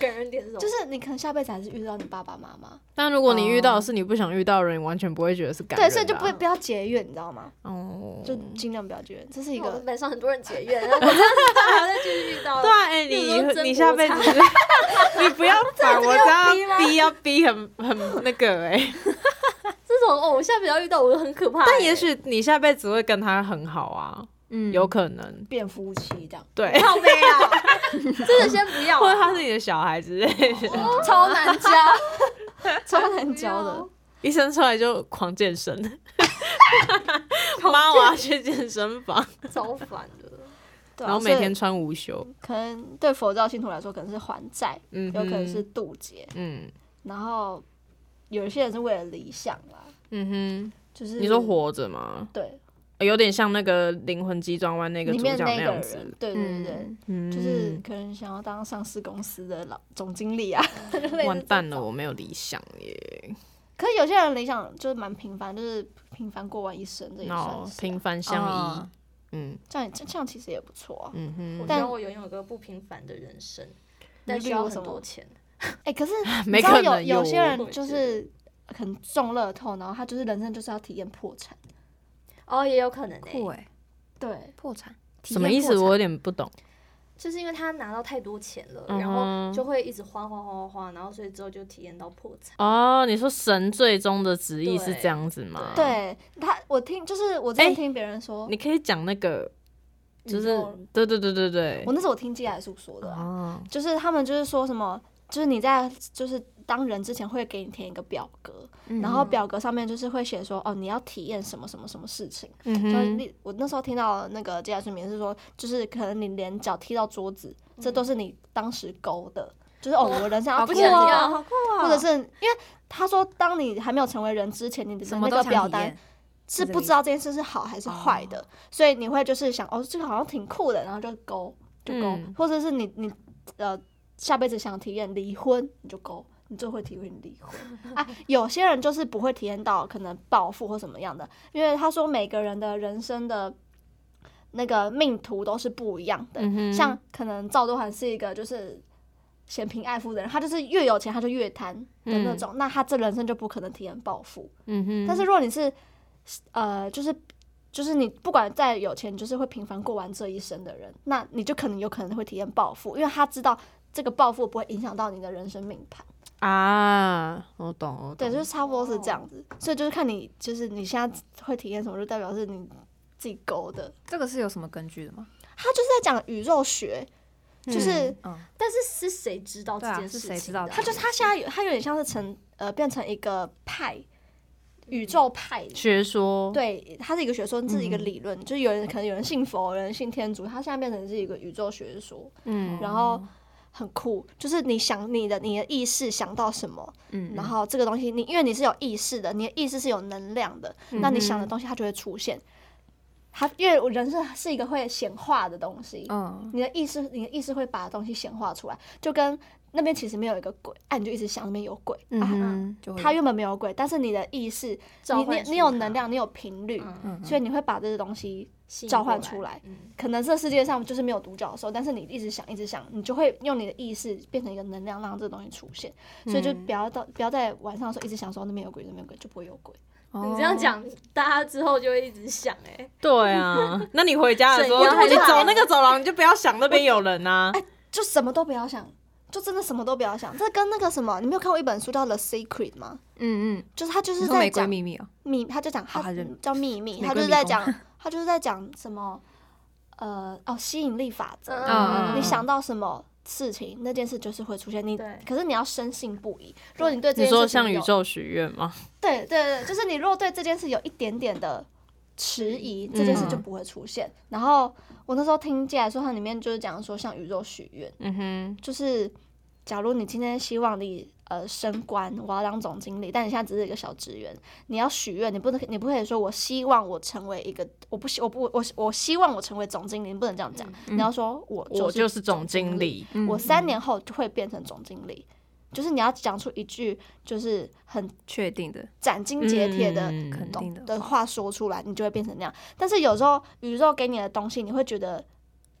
Speaker 4: 感人点是什么？
Speaker 2: 就是你可能下辈子还是遇到你爸爸妈妈，
Speaker 1: 但如果你遇到的是你不想遇到的人，你完全不会觉得是感人、
Speaker 2: 哦对，
Speaker 1: 啊。
Speaker 2: 所以就不会不要结怨，你知道吗？
Speaker 1: 哦，
Speaker 2: 就尽量不要结怨，这是一
Speaker 4: 我
Speaker 2: 个
Speaker 4: 们班上很多人结怨，然后我这样子 <laughs> 就还要再继续遇到。
Speaker 1: <laughs> 对啊，哎、
Speaker 4: 例如说
Speaker 1: 你
Speaker 4: 真
Speaker 1: 你
Speaker 4: 国
Speaker 1: 下辈子 <laughs>
Speaker 4: 差
Speaker 1: 就你不
Speaker 2: <laughs>
Speaker 1: 要把我这样逼要逼很很那个
Speaker 2: <laughs>
Speaker 1: 哎、
Speaker 4: 这种偶像比较遇到，我就很可怕欸、
Speaker 1: 但也许你下辈子会跟他很好啊，
Speaker 3: 嗯
Speaker 1: 有可能，
Speaker 2: 变夫妻这样，
Speaker 1: 对，
Speaker 4: 靠背啊， <laughs> 真的先不要、
Speaker 1: <laughs> 或者
Speaker 4: 啊，
Speaker 1: 他是你的小孩之类 <laughs> 的。
Speaker 4: <laughs> 超难教，
Speaker 2: 超难教的。
Speaker 1: 一生出来就狂
Speaker 2: <laughs>
Speaker 1: 健身，妈，我要去健身房，
Speaker 4: 超烦的。
Speaker 2: 对啊、
Speaker 1: 然后每
Speaker 2: 所
Speaker 1: 天
Speaker 2: 以
Speaker 1: 穿无袖，
Speaker 2: 可能对佛教信徒来说，可能是还债，
Speaker 1: 嗯
Speaker 2: 有
Speaker 1: 哼，
Speaker 2: 可能是渡劫，
Speaker 1: 嗯
Speaker 2: 然后有一些人是为了理想啦，
Speaker 1: 嗯
Speaker 2: 就是
Speaker 1: 哼，你说活着吗？
Speaker 2: 对
Speaker 1: 有点像那个灵魂急转弯那个
Speaker 2: 里
Speaker 1: 主角
Speaker 2: 面那个
Speaker 1: 样子
Speaker 2: 人，，对对对对，
Speaker 1: 嗯，
Speaker 2: 就是可能想要当上市公司的老总经理啊，就类似这
Speaker 1: 完蛋了，
Speaker 2: 种。
Speaker 1: 我没有理想耶，
Speaker 2: 可是有些人理想就是蛮平凡，就是平凡过完一生，这也
Speaker 1: 然后
Speaker 2: 算是啊、
Speaker 1: 哦平凡相依
Speaker 3: 哦，
Speaker 1: 嗯
Speaker 2: 这样这这样其实也不错啊。
Speaker 1: 嗯
Speaker 4: 我
Speaker 1: 哼，
Speaker 4: 希
Speaker 1: <laughs>
Speaker 2: 但
Speaker 4: 望我拥有一个不平凡的人生，但需
Speaker 2: 例
Speaker 4: 要
Speaker 2: 如
Speaker 4: 很
Speaker 2: 什么
Speaker 4: 多钱。
Speaker 2: 哎、
Speaker 1: <laughs>
Speaker 2: 可是你
Speaker 1: 没
Speaker 2: 知道
Speaker 1: 可
Speaker 2: 有
Speaker 1: 能
Speaker 2: 有些
Speaker 1: 哟
Speaker 2: 人
Speaker 4: 我
Speaker 2: 就
Speaker 4: 觉得
Speaker 2: 是很中乐透，然后他就是人生就是要体验破产，
Speaker 4: 哦，也有可能诶、
Speaker 3: 酷哎，
Speaker 2: 对，
Speaker 3: 破产
Speaker 4: 体
Speaker 1: 什
Speaker 4: 验
Speaker 1: 么意思？
Speaker 4: 破产
Speaker 1: 我有点不懂。
Speaker 4: 就是因为他拿到太多钱了，
Speaker 1: 嗯哼
Speaker 4: 然后就会一直花花花花花，然后所以之后就体验到破产。
Speaker 1: 哦，你说神最终的旨意是这样子吗？，
Speaker 2: 对他，我听就是我之前
Speaker 1: 哎
Speaker 2: 听别人说，
Speaker 1: 你可以讲那个，就
Speaker 2: 宇
Speaker 1: 是
Speaker 2: 宙
Speaker 1: 对对对对对
Speaker 2: 我。那时候我听季来素说的啊、
Speaker 1: 哦，
Speaker 2: 就是他们就是说什么，就是你在就是当人之前会给你填一个表格，然
Speaker 3: 嗯
Speaker 2: 后表格上面就是会写说哦你要体验什么什么什么事情。
Speaker 1: 嗯
Speaker 2: 所以
Speaker 1: 哼，
Speaker 2: 你我那时候听到那个接下来说明是说，就是可能你连脚踢到桌子，这都是你当时勾的，就是哦我人生要
Speaker 3: 嗯好
Speaker 2: 不
Speaker 3: 酷
Speaker 2: 想
Speaker 3: 哦，
Speaker 2: 要，
Speaker 3: 好酷
Speaker 2: 或
Speaker 3: 哦，
Speaker 2: 者是因为他说当你还没有成为人之前，你的
Speaker 3: 什
Speaker 2: 那
Speaker 3: 么
Speaker 2: 个
Speaker 3: 都
Speaker 2: 表
Speaker 3: 想体
Speaker 2: 单
Speaker 3: 验，
Speaker 2: 是不知道这件事是好还是坏
Speaker 1: 哦
Speaker 2: 的，所以你会就是想哦，这个好像挺酷的，然后就勾就勾，
Speaker 1: 嗯
Speaker 2: 或者是你你呃下辈子想体验离婚，你就勾，你就会体验离婚啊。有些人就是不会体验到可能暴富或什么样的，因为他说每个人的人生的那个命途都是不一样的，
Speaker 1: 嗯哼，
Speaker 2: 像可能赵多涵是一个就是嫌贫爱富的人，他就是越有钱他就越贪的那种，那他这人生就不可能体验暴富。
Speaker 1: 嗯哼，
Speaker 2: 但是如果你是呃，就是就是你不管再有钱，你就是会平凡过完这一生的人，那你就可能有可能会体验暴富，因为他知道这个暴富不会影响到你的人生命盘。
Speaker 1: 啊，我懂，我懂。
Speaker 2: 对，就是差不多是这样子。所以就是看你就是你现在会体验什么，就代表是你自己勾的。
Speaker 3: 这个是有什么根据的吗？
Speaker 2: 他就是在讲宇宙学，就是、
Speaker 3: 嗯，
Speaker 4: 但是是谁知道这
Speaker 3: 对啊
Speaker 4: 件
Speaker 3: 是
Speaker 4: 事情的？
Speaker 3: 谁知道的
Speaker 2: 他就是他现在有他有点像是成呃变成一个派，宇宙派。
Speaker 1: 学说，
Speaker 2: 对，它是一个学说，这是一个理论，就是有人可能有人信佛，有人信天主，它现在变成是一个宇宙学说，
Speaker 1: 嗯
Speaker 2: 然后很酷，就是你想你的你的意识想到什么，
Speaker 3: 嗯，
Speaker 2: 然后这个东西你因为你是有意识的，你的意识是有能量的，那你想的
Speaker 1: 嗯哼
Speaker 2: 东西它就会出现。它因为我人是是一个会显化的东西，
Speaker 3: 嗯，
Speaker 2: 你的意识你的意识会把东西显化出来，就跟那边其实没有一个鬼，啊，你就一直想那边有鬼，
Speaker 1: 嗯
Speaker 2: 啊，
Speaker 1: 哼，
Speaker 3: 就会
Speaker 2: 它原本没有鬼，但是你的意识你
Speaker 4: 召唤
Speaker 2: 你
Speaker 4: 出
Speaker 2: 你有
Speaker 4: 它
Speaker 2: 能，量，你有频率，
Speaker 4: 嗯，
Speaker 3: 嗯
Speaker 2: 所以你会把这些东西，
Speaker 4: 吸引
Speaker 2: 召唤
Speaker 4: 过
Speaker 2: 出来
Speaker 4: 嗯
Speaker 2: 可能这世界上就是没有独角兽，但是你一直想，一直想，你就会用你的意识变成一个能量，让这个东西出现。所以就
Speaker 1: 嗯
Speaker 2: 不要到不要在晚上的时候一直想说那边有鬼，那边有鬼，就不会有鬼。
Speaker 3: 哦
Speaker 4: 你这样，讲，大家之后就会一直想哎、
Speaker 1: 对啊。那你回家的时候，
Speaker 4: 怎样
Speaker 1: 你
Speaker 4: 我就
Speaker 1: 走那个走廊，你就不要想那边有人啊。
Speaker 3: 嗯
Speaker 2: 就什么都不要想，就真的什么都不要想。这跟那个什么，你没有看过一本书叫《The Secret》吗？
Speaker 3: 嗯嗯，
Speaker 2: 就是他就是
Speaker 3: 你说
Speaker 2: 在
Speaker 3: 玫瑰
Speaker 2: 讲
Speaker 3: 秘密哦，
Speaker 2: 秘，他就讲他
Speaker 3: 还是
Speaker 2: 叫秘密，
Speaker 3: 玫
Speaker 2: 他
Speaker 3: 瑰
Speaker 2: 就是
Speaker 3: 迷
Speaker 2: 在
Speaker 3: 宫
Speaker 2: 讲他就是在讲什么，呃哦吸引力法则，
Speaker 3: 嗯嗯
Speaker 2: 你想到什么事情，那件事就是会出现。你
Speaker 4: 对
Speaker 2: 可是你要深信不疑。如果你对这件
Speaker 1: 你
Speaker 2: 事情
Speaker 1: 说像宇
Speaker 2: 有，
Speaker 1: 宙许愿吗？
Speaker 2: 对对对，就是你如果对这件事有一点点的迟疑，这件事就不会出现。然后我那时候听进来说，它里面就是讲说像宇宙许愿，
Speaker 1: 嗯哼，
Speaker 2: 就是假如你今天希望你。呃，升官，我要当总经理，但你现在只是一个小职员，你要许愿，你不能，你不可以说我希望我成为一个，我不希，我不，我我希望我成为总经理，你不能这样讲，你要说我
Speaker 1: 嗯我
Speaker 2: 就
Speaker 1: 就是是总经
Speaker 2: 理，
Speaker 1: 理。
Speaker 3: 嗯
Speaker 2: 我三年后就会变成总经理。就是你要讲出一句就是很
Speaker 3: 确定的，
Speaker 2: 斩钉截铁的
Speaker 1: 嗯
Speaker 3: 肯
Speaker 2: 懂
Speaker 3: 定的
Speaker 2: 的话说出来，你就会变成那样。但是有时候宇宙给你的东西，你会觉得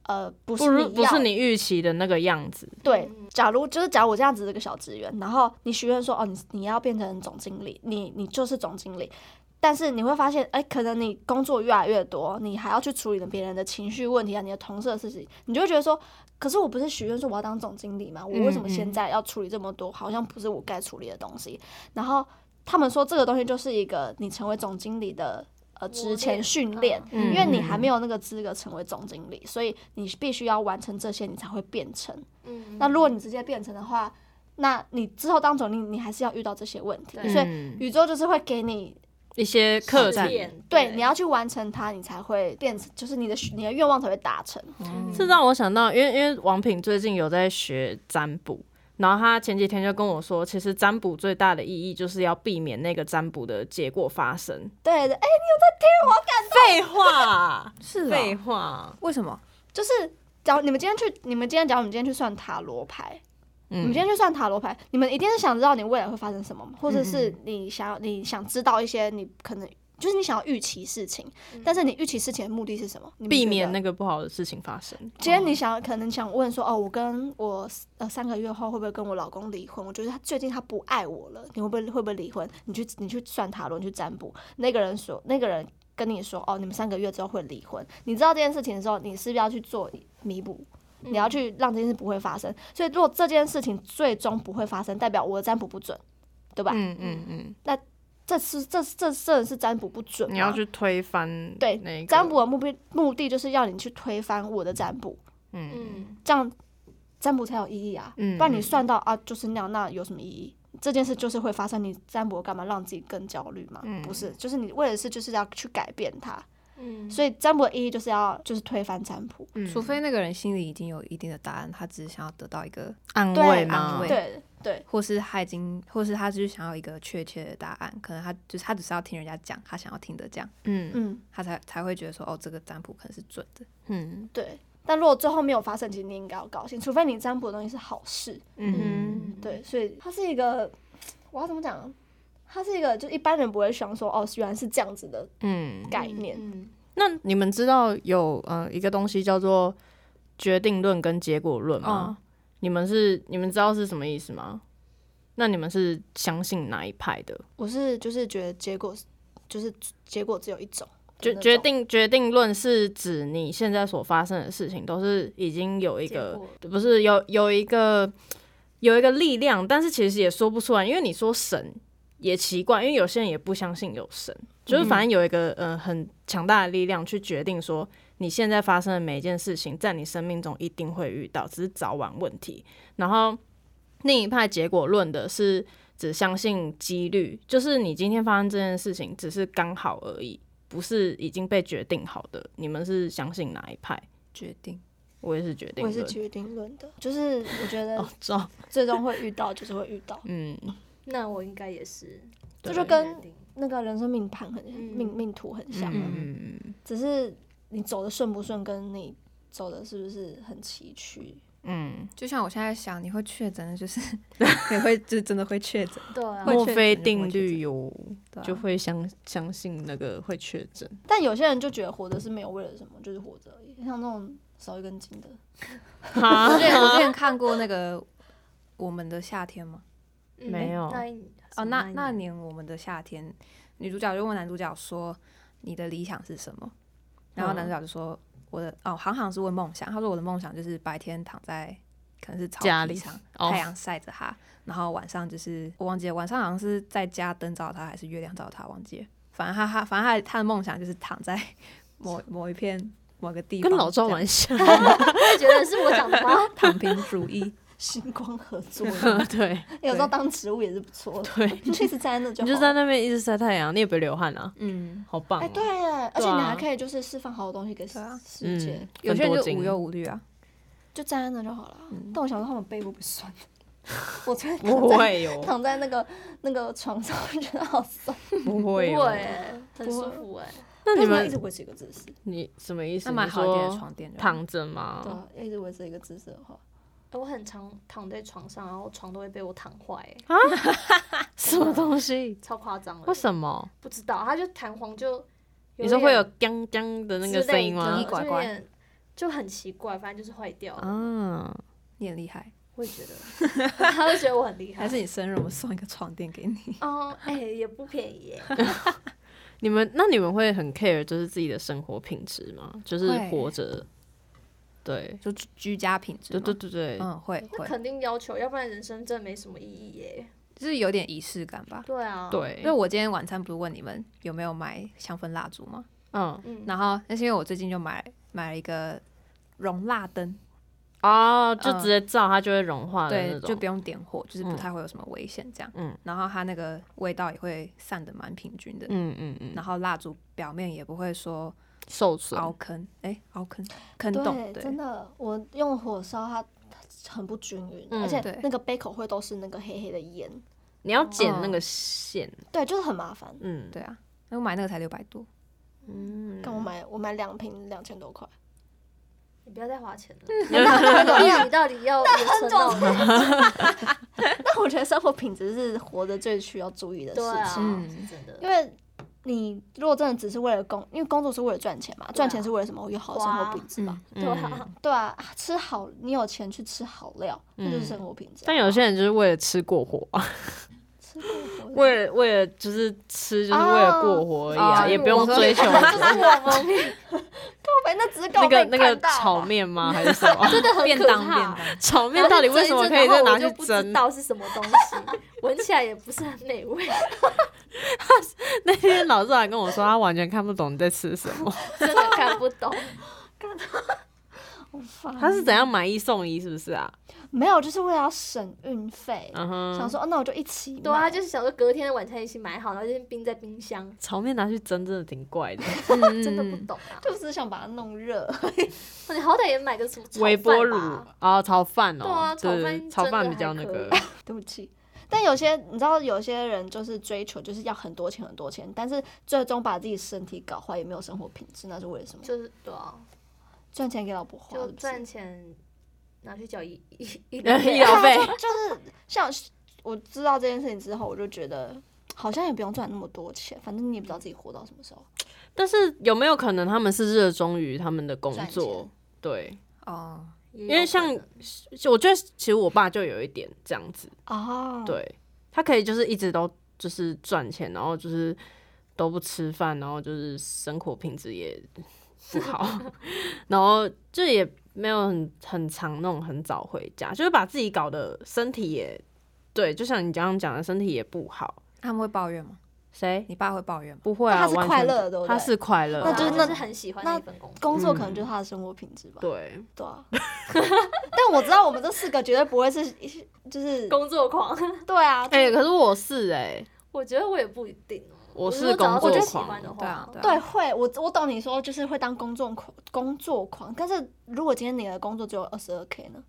Speaker 2: 呃不
Speaker 1: 不
Speaker 2: 是
Speaker 1: 如
Speaker 2: 你
Speaker 1: 不
Speaker 2: 要
Speaker 1: 是你预期的那个样子。
Speaker 2: 对。假如就是假如我这样子的一个小职员，然后你许愿说哦你你要变成总经理，你你就是总经理。但是你会发现，哎、可能你工作越来越多，你还要去处理别人的情绪问题啊，你的同事的事情，你就会觉得说，可是我不是许愿说我要当总经理嘛，我为什么
Speaker 1: 嗯
Speaker 2: 现在要处理这么多，好像不是我该处理的东西？然后他们说这个东西就是一个你成为总经理的呃
Speaker 4: 磨
Speaker 2: 职前
Speaker 4: 练
Speaker 2: 训练，
Speaker 1: 嗯
Speaker 2: 因为你还没有那个资格成为总经理，所以你必须要完成这些，你才会变成。
Speaker 4: 嗯，
Speaker 2: 那如果你直接变成的话，那你之后当总经理，你还是要遇到这些问题，
Speaker 4: 对
Speaker 2: 所以
Speaker 1: 嗯
Speaker 2: 宇宙就是会给你
Speaker 1: 一些
Speaker 4: 课
Speaker 1: 客栈，
Speaker 2: 对你要去完成它，你才会变成，就是你的你的愿望才会达成。
Speaker 3: 嗯
Speaker 1: 这让我想到，因为因为王品最近有在学占卜。然后他前几天就跟我说，其实占卜最大的意义就是要避免那个占卜的结果发生。
Speaker 2: 对的，哎、
Speaker 1: 废 <laughs> 话，
Speaker 3: 是哦
Speaker 1: 废话。
Speaker 3: 为什么？
Speaker 2: 就是假如你们今天去，你们今天假如你们今天去算塔罗牌，
Speaker 1: 嗯
Speaker 2: 你们今天去算塔罗牌，你们一定是想知道你未来会发生什么嘛，
Speaker 1: 嗯
Speaker 2: 或者是你想要你想知道一些你可能就是你想要预期事情，但是你预期事情的目的是什么？你们
Speaker 1: 嗯避
Speaker 2: 觉
Speaker 1: 免
Speaker 2: 得
Speaker 1: 那个不好的事情发生。
Speaker 2: 今
Speaker 1: 嗯
Speaker 2: 天你想可能想问说，哦，我跟我呃三个月后会不会跟我老公离婚？我觉得他最近他不爱我了，你会不会会不会离婚？你去你去算塔罗，你去占卜，那个人说那个人跟你说哦，你们三个月之后会离婚，你知道这件事情的时候，你是不是要去做弥补？你
Speaker 1: 嗯
Speaker 2: 要去让这件事不会发生。所以如果这件事情最终不会发生，代表我的占卜不准，对吧？
Speaker 1: 嗯嗯嗯，
Speaker 2: 这是这这这的是占卜不准吗，
Speaker 1: 你要去推翻
Speaker 2: 啊对
Speaker 1: 那个
Speaker 2: 占卜，的目的目的就是要你去推翻我的占卜，
Speaker 1: 嗯
Speaker 4: 嗯，
Speaker 2: 这样占卜才有意义啊。
Speaker 1: 嗯，
Speaker 2: 不然你算到啊就是那样，那有什么意义？这件事就是会发生，你占卜干嘛让自己更焦虑嘛？
Speaker 1: 嗯
Speaker 2: 不是，就是你为了是就是要去改变它，
Speaker 4: 嗯，
Speaker 2: 所以占卜的意义就是要就是推翻占卜，
Speaker 1: 嗯
Speaker 3: 除非那个人心里已经有一定的答案，他只是想要得到一个，
Speaker 1: 安
Speaker 2: 对
Speaker 1: 慰
Speaker 3: 安
Speaker 1: 嘛，
Speaker 3: 慰
Speaker 2: 对对
Speaker 3: 或是他已经，或是他就是想要一个确切的答案，可能他就是他只是要听人家讲，他想要听的讲，
Speaker 1: 嗯
Speaker 2: 嗯
Speaker 3: 他才才会觉得说，哦，这个占卜可能是准的。
Speaker 1: 嗯
Speaker 2: 对。但如果最后没有发生，其实你应该要高兴，除非你占卜的东西是好事，
Speaker 1: 嗯，
Speaker 2: 对，所以它是一个，我要怎么讲？啊它是一个，就一般人不会想说，哦，原来是这样子的
Speaker 1: 嗯。
Speaker 2: 概念。
Speaker 4: 嗯
Speaker 1: 那你们知道有呃一个东西叫做决定论跟结果论吗？
Speaker 4: 嗯
Speaker 1: 你们是你们知道是什么意思吗？那你们是相信哪一派的？
Speaker 2: 我是就是觉得结果是就是结果只有一种，
Speaker 1: 决
Speaker 2: 那种
Speaker 1: 决定决定论是指你现在所发生的事情都是已经有一
Speaker 4: 结
Speaker 1: 个
Speaker 4: 果
Speaker 1: 不是有有一个有一个力量，但是其实也说不出来，因为你说神也奇怪，因为有些人也不相信有神，就是反正有一个呃很强大的力量去决定说你现在发生的每一件事情，在你生命中一定会遇到，只是早晚问题。然后另一派结果论的是只相信几率，就是你今天发生这件事情只是刚好而已，不是已经被决定好的。你们是相信哪一派？
Speaker 3: 决定
Speaker 1: 我也是决定
Speaker 2: 我也
Speaker 1: 论，
Speaker 2: 是决定论的，就是我觉得
Speaker 1: <laughs> 哦，知道，
Speaker 2: 最终会遇到，就是会遇到。
Speaker 1: 嗯，
Speaker 3: 啊
Speaker 4: 那我应该也是，
Speaker 2: 这
Speaker 1: 对
Speaker 2: 就
Speaker 4: 决
Speaker 2: 跟
Speaker 4: 定
Speaker 2: 那个人生命盘很、
Speaker 4: 嗯
Speaker 2: 命命图很像，
Speaker 1: 嗯嗯嗯
Speaker 2: 只是你走的顺不顺，跟你走的是不是很崎岖。
Speaker 1: 嗯，
Speaker 3: 就像我现在想，你会确诊的，就是 <laughs> 你会就是真的会确诊，
Speaker 4: 对啊，
Speaker 3: 会
Speaker 1: 墨
Speaker 3: 确
Speaker 1: 菲
Speaker 3: 诊就
Speaker 1: 定
Speaker 3: 不会确
Speaker 1: 律
Speaker 3: 诊
Speaker 1: 有
Speaker 3: 对啊
Speaker 1: 就会相相信那个会确诊，
Speaker 2: 但有些人就觉得活着是没有为了什么，就是活着而已，像那种少一根筋的，
Speaker 3: 我之前我
Speaker 1: <laughs>
Speaker 3: 之前看过那个《我们的夏天》吗？
Speaker 4: 嗯
Speaker 1: 没有
Speaker 4: 那一
Speaker 3: 哦，那那
Speaker 4: 一年
Speaker 3: 年我们的夏天，女主角就问男主角说：“你的理想是什么？”然后男主角就说：“我的哦，航航是问梦想。他说我的梦想就是白天躺在可能是草
Speaker 1: 家
Speaker 3: 地
Speaker 1: 里
Speaker 3: 上，
Speaker 1: 哦
Speaker 3: 太阳晒着他，然后晚上就是我忘记了，晚上好像是在家灯照他还是月亮照他，忘记了。反正他他反正他他的梦想就是躺在
Speaker 1: <laughs>
Speaker 3: 某某一片某个地方，
Speaker 1: 跟老
Speaker 3: 这
Speaker 1: 赵
Speaker 3: 样
Speaker 1: 蛮像，
Speaker 4: 我也觉得是我讲的吗？
Speaker 3: 躺平
Speaker 1: <laughs>
Speaker 3: 主义。
Speaker 2: 星光合作用，
Speaker 3: <laughs>
Speaker 1: 对，
Speaker 2: 有时候当植物也是不错的。
Speaker 1: 对，
Speaker 2: 你就一直站在那就
Speaker 1: 你
Speaker 2: 好了
Speaker 1: 就在那边一直晒太阳，你也不会流汗啊，
Speaker 3: 嗯，
Speaker 1: 好棒哦，
Speaker 2: 哎，对耶，而且你
Speaker 1: 对啊
Speaker 2: 还可以就是释放好的东西给世
Speaker 3: 对啊
Speaker 2: 世界，
Speaker 3: 有
Speaker 1: 嗯
Speaker 3: 些
Speaker 1: 分
Speaker 3: 人
Speaker 1: 多
Speaker 3: 就
Speaker 1: 精
Speaker 3: 无忧无虑啊。
Speaker 2: 就站在那就好了。但我想说他们背部不酸，我昨天
Speaker 1: 不
Speaker 2: 躺在
Speaker 1: 会
Speaker 3: <laughs>
Speaker 1: 有，
Speaker 2: 躺在那个那个床上，我觉得好酸。
Speaker 1: 不
Speaker 4: 不
Speaker 1: 会
Speaker 4: 会
Speaker 1: 有。
Speaker 4: 欸，很舒服哎，
Speaker 1: 那你
Speaker 2: 为什么一
Speaker 1: 们
Speaker 2: 直维持一个姿势，
Speaker 1: 你什么意思？
Speaker 3: 那买
Speaker 1: 你
Speaker 3: 好一点的
Speaker 1: 说
Speaker 3: 床垫就好，
Speaker 1: 躺着吗？
Speaker 2: 对啊，一直维持一个姿势的话，
Speaker 4: 我很常躺在床上，然后床都会被我躺坏欸，
Speaker 1: <laughs> 什么东西？
Speaker 4: 超夸张的。
Speaker 1: 为什么？
Speaker 4: 不知道，它就弹簧就
Speaker 1: 你说会有“锵锵”的那个声音
Speaker 3: 之
Speaker 1: 吗
Speaker 3: 类？的
Speaker 4: 就有点就很奇怪，反正就是坏掉了。
Speaker 1: 啊，
Speaker 3: 你很厉害，
Speaker 4: 我也觉得，他会觉得我很厉害。
Speaker 3: 还是你生日我们送一个床垫
Speaker 1: <laughs>
Speaker 3: 给你？
Speaker 4: 哦，哎、也不便宜耶。
Speaker 1: 你们那你们会很 care 就是自己的生活品质吗？就是
Speaker 3: 会
Speaker 1: 活着，对，
Speaker 3: 就居 <laughs> 居家品质
Speaker 1: 对
Speaker 3: 吗，
Speaker 1: 对对对，
Speaker 3: 嗯，会
Speaker 4: 那
Speaker 3: 会，
Speaker 4: 肯定要求，要不然人生真的没什么意义耶。
Speaker 3: 就是有点仪式感吧。
Speaker 4: 对啊，，
Speaker 3: 因
Speaker 1: 对
Speaker 3: 为，我今天晚餐不是问你们有没有买香氛蜡烛吗？
Speaker 1: 嗯
Speaker 4: 嗯，
Speaker 3: 然后那是因为我最近就买买了一个熔蜡灯，
Speaker 1: 哦，就直接照它就会融化的
Speaker 3: 嗯对
Speaker 1: 啊那，种，
Speaker 3: 就不用点火，就是不
Speaker 1: 嗯
Speaker 3: 太会有什么危险这样。
Speaker 1: 嗯，
Speaker 3: 然后它那个味道也会散的蛮平均的，
Speaker 1: 嗯嗯嗯，
Speaker 3: 然后蜡烛表面也不会说
Speaker 1: 受损，
Speaker 3: 凹坑，哎，凹坑坑洞，
Speaker 2: 对，
Speaker 3: 对
Speaker 2: 真的，我用火烧它。它很不均匀，
Speaker 1: 嗯
Speaker 2: 而且
Speaker 3: 对
Speaker 2: 那个杯口会都是那个黑黑的烟，
Speaker 1: 你要剪那个线，
Speaker 2: 对，就是很麻烦。
Speaker 1: 嗯
Speaker 3: 对啊，那我买那个才六百多，
Speaker 1: 嗯， <laughs>
Speaker 2: 跟我买我买两瓶两千多块，
Speaker 4: 你不要再花钱
Speaker 1: <laughs>
Speaker 4: 了。
Speaker 3: 啊
Speaker 4: 那你到底要有存
Speaker 2: <laughs>
Speaker 4: 到哪里？
Speaker 2: 但我觉得生活品质是活着最需要注意的事
Speaker 4: 对
Speaker 2: 情
Speaker 4: 啊，。
Speaker 3: 嗯
Speaker 4: 是真的。
Speaker 2: 因为你如果真的只是为了工，因为工作是为了赚钱嘛，
Speaker 4: 啊
Speaker 2: 赚钱是为了什么？有好的生活品质吧。
Speaker 1: 嗯
Speaker 4: 对啊，
Speaker 2: 对啊，啊吃好，你有钱去吃好料，那就是
Speaker 1: 嗯
Speaker 2: 生活品质啊。
Speaker 3: <laughs>
Speaker 1: 但有些人就是为了吃过火啊，
Speaker 2: 吃过火了。
Speaker 1: 为了为了就是吃，就是为了过活而已
Speaker 3: 哦
Speaker 1: 啊，
Speaker 3: 哦
Speaker 1: 也不用追求啊
Speaker 4: 就是我们
Speaker 2: 告白 <laughs> 那只是告
Speaker 1: <laughs> 那个
Speaker 2: 白
Speaker 1: 那个炒面吗？还是什
Speaker 3: <laughs>
Speaker 1: 么？
Speaker 4: 真的
Speaker 1: <laughs>
Speaker 4: 很
Speaker 3: 便
Speaker 4: 可
Speaker 3: 当便
Speaker 4: 怕
Speaker 3: 当。，
Speaker 1: 炒面到底为什么可以
Speaker 3: 哦
Speaker 1: 再
Speaker 4: 然
Speaker 1: 拿
Speaker 4: 后我就
Speaker 1: 去
Speaker 4: 不知
Speaker 1: 蒸？
Speaker 4: 道是什么东西，闻起来也不是很美味，
Speaker 1: 那 <laughs> 天老师还跟我说，他完全看不懂你在吃什
Speaker 4: <laughs>
Speaker 1: 么，
Speaker 4: 真
Speaker 1: <laughs>
Speaker 4: 的看不懂。 <laughs>
Speaker 1: 他是怎样买一送一，是不是啊？
Speaker 2: <laughs> 没有，就是为了要省运费，
Speaker 1: 嗯
Speaker 2: 想
Speaker 1: 哼，
Speaker 2: 说、哦、那我就一起买。
Speaker 4: 对啊，就是想说隔天的晚餐一起买好，然后就冰在冰箱，
Speaker 1: 炒面拿去蒸真的挺怪的，
Speaker 4: 真的不
Speaker 3: 嗯
Speaker 4: 懂啊。
Speaker 2: 就只是想把它弄热。 <laughs>
Speaker 4: 你好歹也买个什么炒
Speaker 1: 微波
Speaker 4: 饭
Speaker 1: 炉
Speaker 4: 吧？
Speaker 1: 啊，炒饭
Speaker 4: 对
Speaker 1: 哦
Speaker 4: 啊，
Speaker 1: 对对对
Speaker 4: 炒
Speaker 1: 炒
Speaker 4: 饭真
Speaker 1: 饭
Speaker 4: 的
Speaker 1: 比较
Speaker 4: 还
Speaker 1: 那
Speaker 4: 可
Speaker 1: 个
Speaker 4: 以，
Speaker 2: 对不起。但有些你知道，有些人就是追求就是要很多钱很多钱，但是最终把自己身体搞坏，也没有生活品质，那是为什么？
Speaker 4: 就是对啊，
Speaker 2: 赚钱给老婆花，
Speaker 4: 就是
Speaker 2: 不是
Speaker 4: 赚钱拿去缴医医
Speaker 1: <laughs>
Speaker 4: 医疗
Speaker 1: 医
Speaker 4: 费啊 <laughs>
Speaker 1: 疗费。
Speaker 2: 就是像我知道这件事情之后，我就觉得好像也不用赚那么多钱，反正你也不知道自己活到什么时候。
Speaker 1: 但是有没有可能他们是热衷于他们的工
Speaker 2: 赚
Speaker 1: 作
Speaker 2: 钱？
Speaker 1: 对，
Speaker 3: 哦，
Speaker 4: 也
Speaker 1: 因为
Speaker 4: 有
Speaker 1: 像
Speaker 4: 可能
Speaker 1: 我觉得其实我爸就有一点这样子，
Speaker 2: 哦，，
Speaker 1: 对他可以就是一直都就是赚钱，然后就是都不吃饭，然后就是生活品质也不
Speaker 2: <laughs>
Speaker 1: 好，然后就也没有很很常那种很早回家，就是把自己搞得身体也对，就像你刚刚讲的，身体也不好。
Speaker 3: 他们会抱怨吗？
Speaker 1: 谁
Speaker 3: 你爸会抱怨吗？
Speaker 1: 不会
Speaker 2: 那
Speaker 1: 啊？
Speaker 2: 他是
Speaker 1: 完
Speaker 2: 快
Speaker 1: 全
Speaker 2: 乐的对不
Speaker 1: 他
Speaker 2: 对
Speaker 1: 是快乐的，啊
Speaker 2: 那就是
Speaker 4: 他
Speaker 2: 那
Speaker 4: 是很喜欢
Speaker 2: 那
Speaker 4: 那份工作，
Speaker 2: 工作可能就是他的生活品质吧。
Speaker 1: 对，
Speaker 2: 对啊， <laughs> 但我知道我们这四个绝对不会是，就是
Speaker 4: 工作狂。
Speaker 2: 对啊，
Speaker 1: 哎、可是我是哎、
Speaker 4: 我觉得我也不一定哦。
Speaker 1: 我是
Speaker 4: 如果找到
Speaker 1: 工
Speaker 4: 自己
Speaker 1: 作
Speaker 4: 喜欢
Speaker 1: 狂
Speaker 4: 的
Speaker 3: 对
Speaker 4: 话
Speaker 3: 啊，，对啊
Speaker 2: 对，会，我我懂你说，就是会当工作狂，工作狂。但是如果今天你的工作只有二十二 k 呢？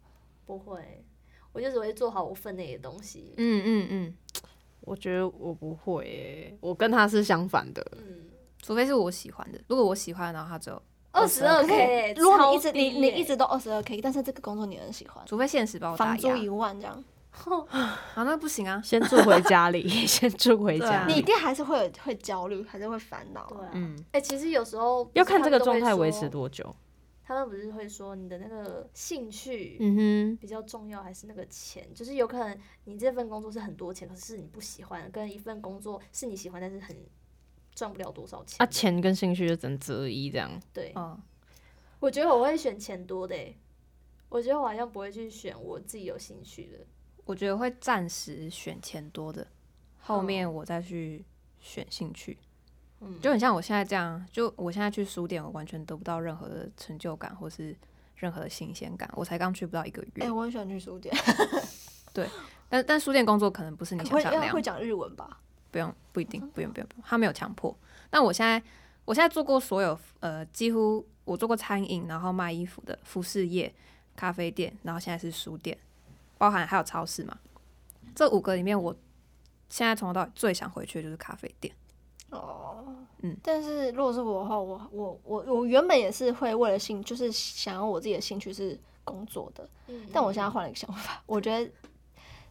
Speaker 4: 不会，我就只会做好我分内的东西。
Speaker 3: 嗯嗯嗯，
Speaker 1: 我觉得我不会哎、我跟他是相反的。
Speaker 4: 嗯，
Speaker 3: 除非是我喜欢的，如果我喜欢，然后他就，
Speaker 4: 二十二 k，
Speaker 2: 如果你一直你你一直都二十二 k，但是这个工作你很喜欢，
Speaker 3: 除非现实把我打
Speaker 2: 房
Speaker 3: 压
Speaker 2: 租，一万这样，
Speaker 3: 啊，那不行啊，
Speaker 1: 先住回家里， <laughs> 先住回
Speaker 3: 对
Speaker 1: 家
Speaker 3: 啊
Speaker 1: 里。
Speaker 2: 你一定还是会有会焦虑，还是会烦恼
Speaker 4: 对
Speaker 2: 啊。
Speaker 4: 啊，哎、
Speaker 3: 嗯，
Speaker 4: 其实有时候不
Speaker 1: 要
Speaker 4: 是
Speaker 1: 看
Speaker 4: 他
Speaker 1: 这
Speaker 4: 们都
Speaker 1: 个状
Speaker 4: 会
Speaker 1: 态维
Speaker 4: 说
Speaker 1: 持多久。
Speaker 4: 他们不是会说你的那个兴趣
Speaker 1: 嗯
Speaker 4: 比较重要，还是那个钱？就是有可能你这份工作是很多钱，可是你不喜欢，跟一份工作是你喜欢，但是很赚不了多少钱。
Speaker 1: 啊，钱跟兴趣就只能择一这样。
Speaker 4: 对，
Speaker 3: 哦，
Speaker 4: 我觉得我会选钱多的、欸，我觉得我好像不会去选我自己有兴趣的。
Speaker 3: 我觉得会暂时选钱多的，
Speaker 2: 嗯
Speaker 3: 后面我再去选兴趣。
Speaker 4: 嗯，
Speaker 3: 就很像我现在这样，就我现在去书店，我完全得不到任何的成就感或是任何的新鲜感。我才刚去不到一个
Speaker 2: 哎、
Speaker 3: 月，
Speaker 2: 我很喜欢去书店，
Speaker 3: 但但书店工作可能不是你想
Speaker 2: 会
Speaker 3: 象那
Speaker 2: 会
Speaker 3: 样，
Speaker 2: 讲日文吧？
Speaker 3: 不用不一定，不用不用不用，他没有强迫。但我现在我现在做过所有呃，几乎我做过餐饮，然后卖衣服的服饰业、咖啡店，然后现在是书店，包含还有超市嘛。这五个里面，我现在从头到尾最想回去的就是咖啡店。
Speaker 2: 哦，
Speaker 3: 嗯
Speaker 2: 但是如果是我的话，我我我我原本也是会为了兴，就是想要我自己的兴趣是工作的，
Speaker 4: 嗯
Speaker 2: 但我现在换了一个想法，我觉得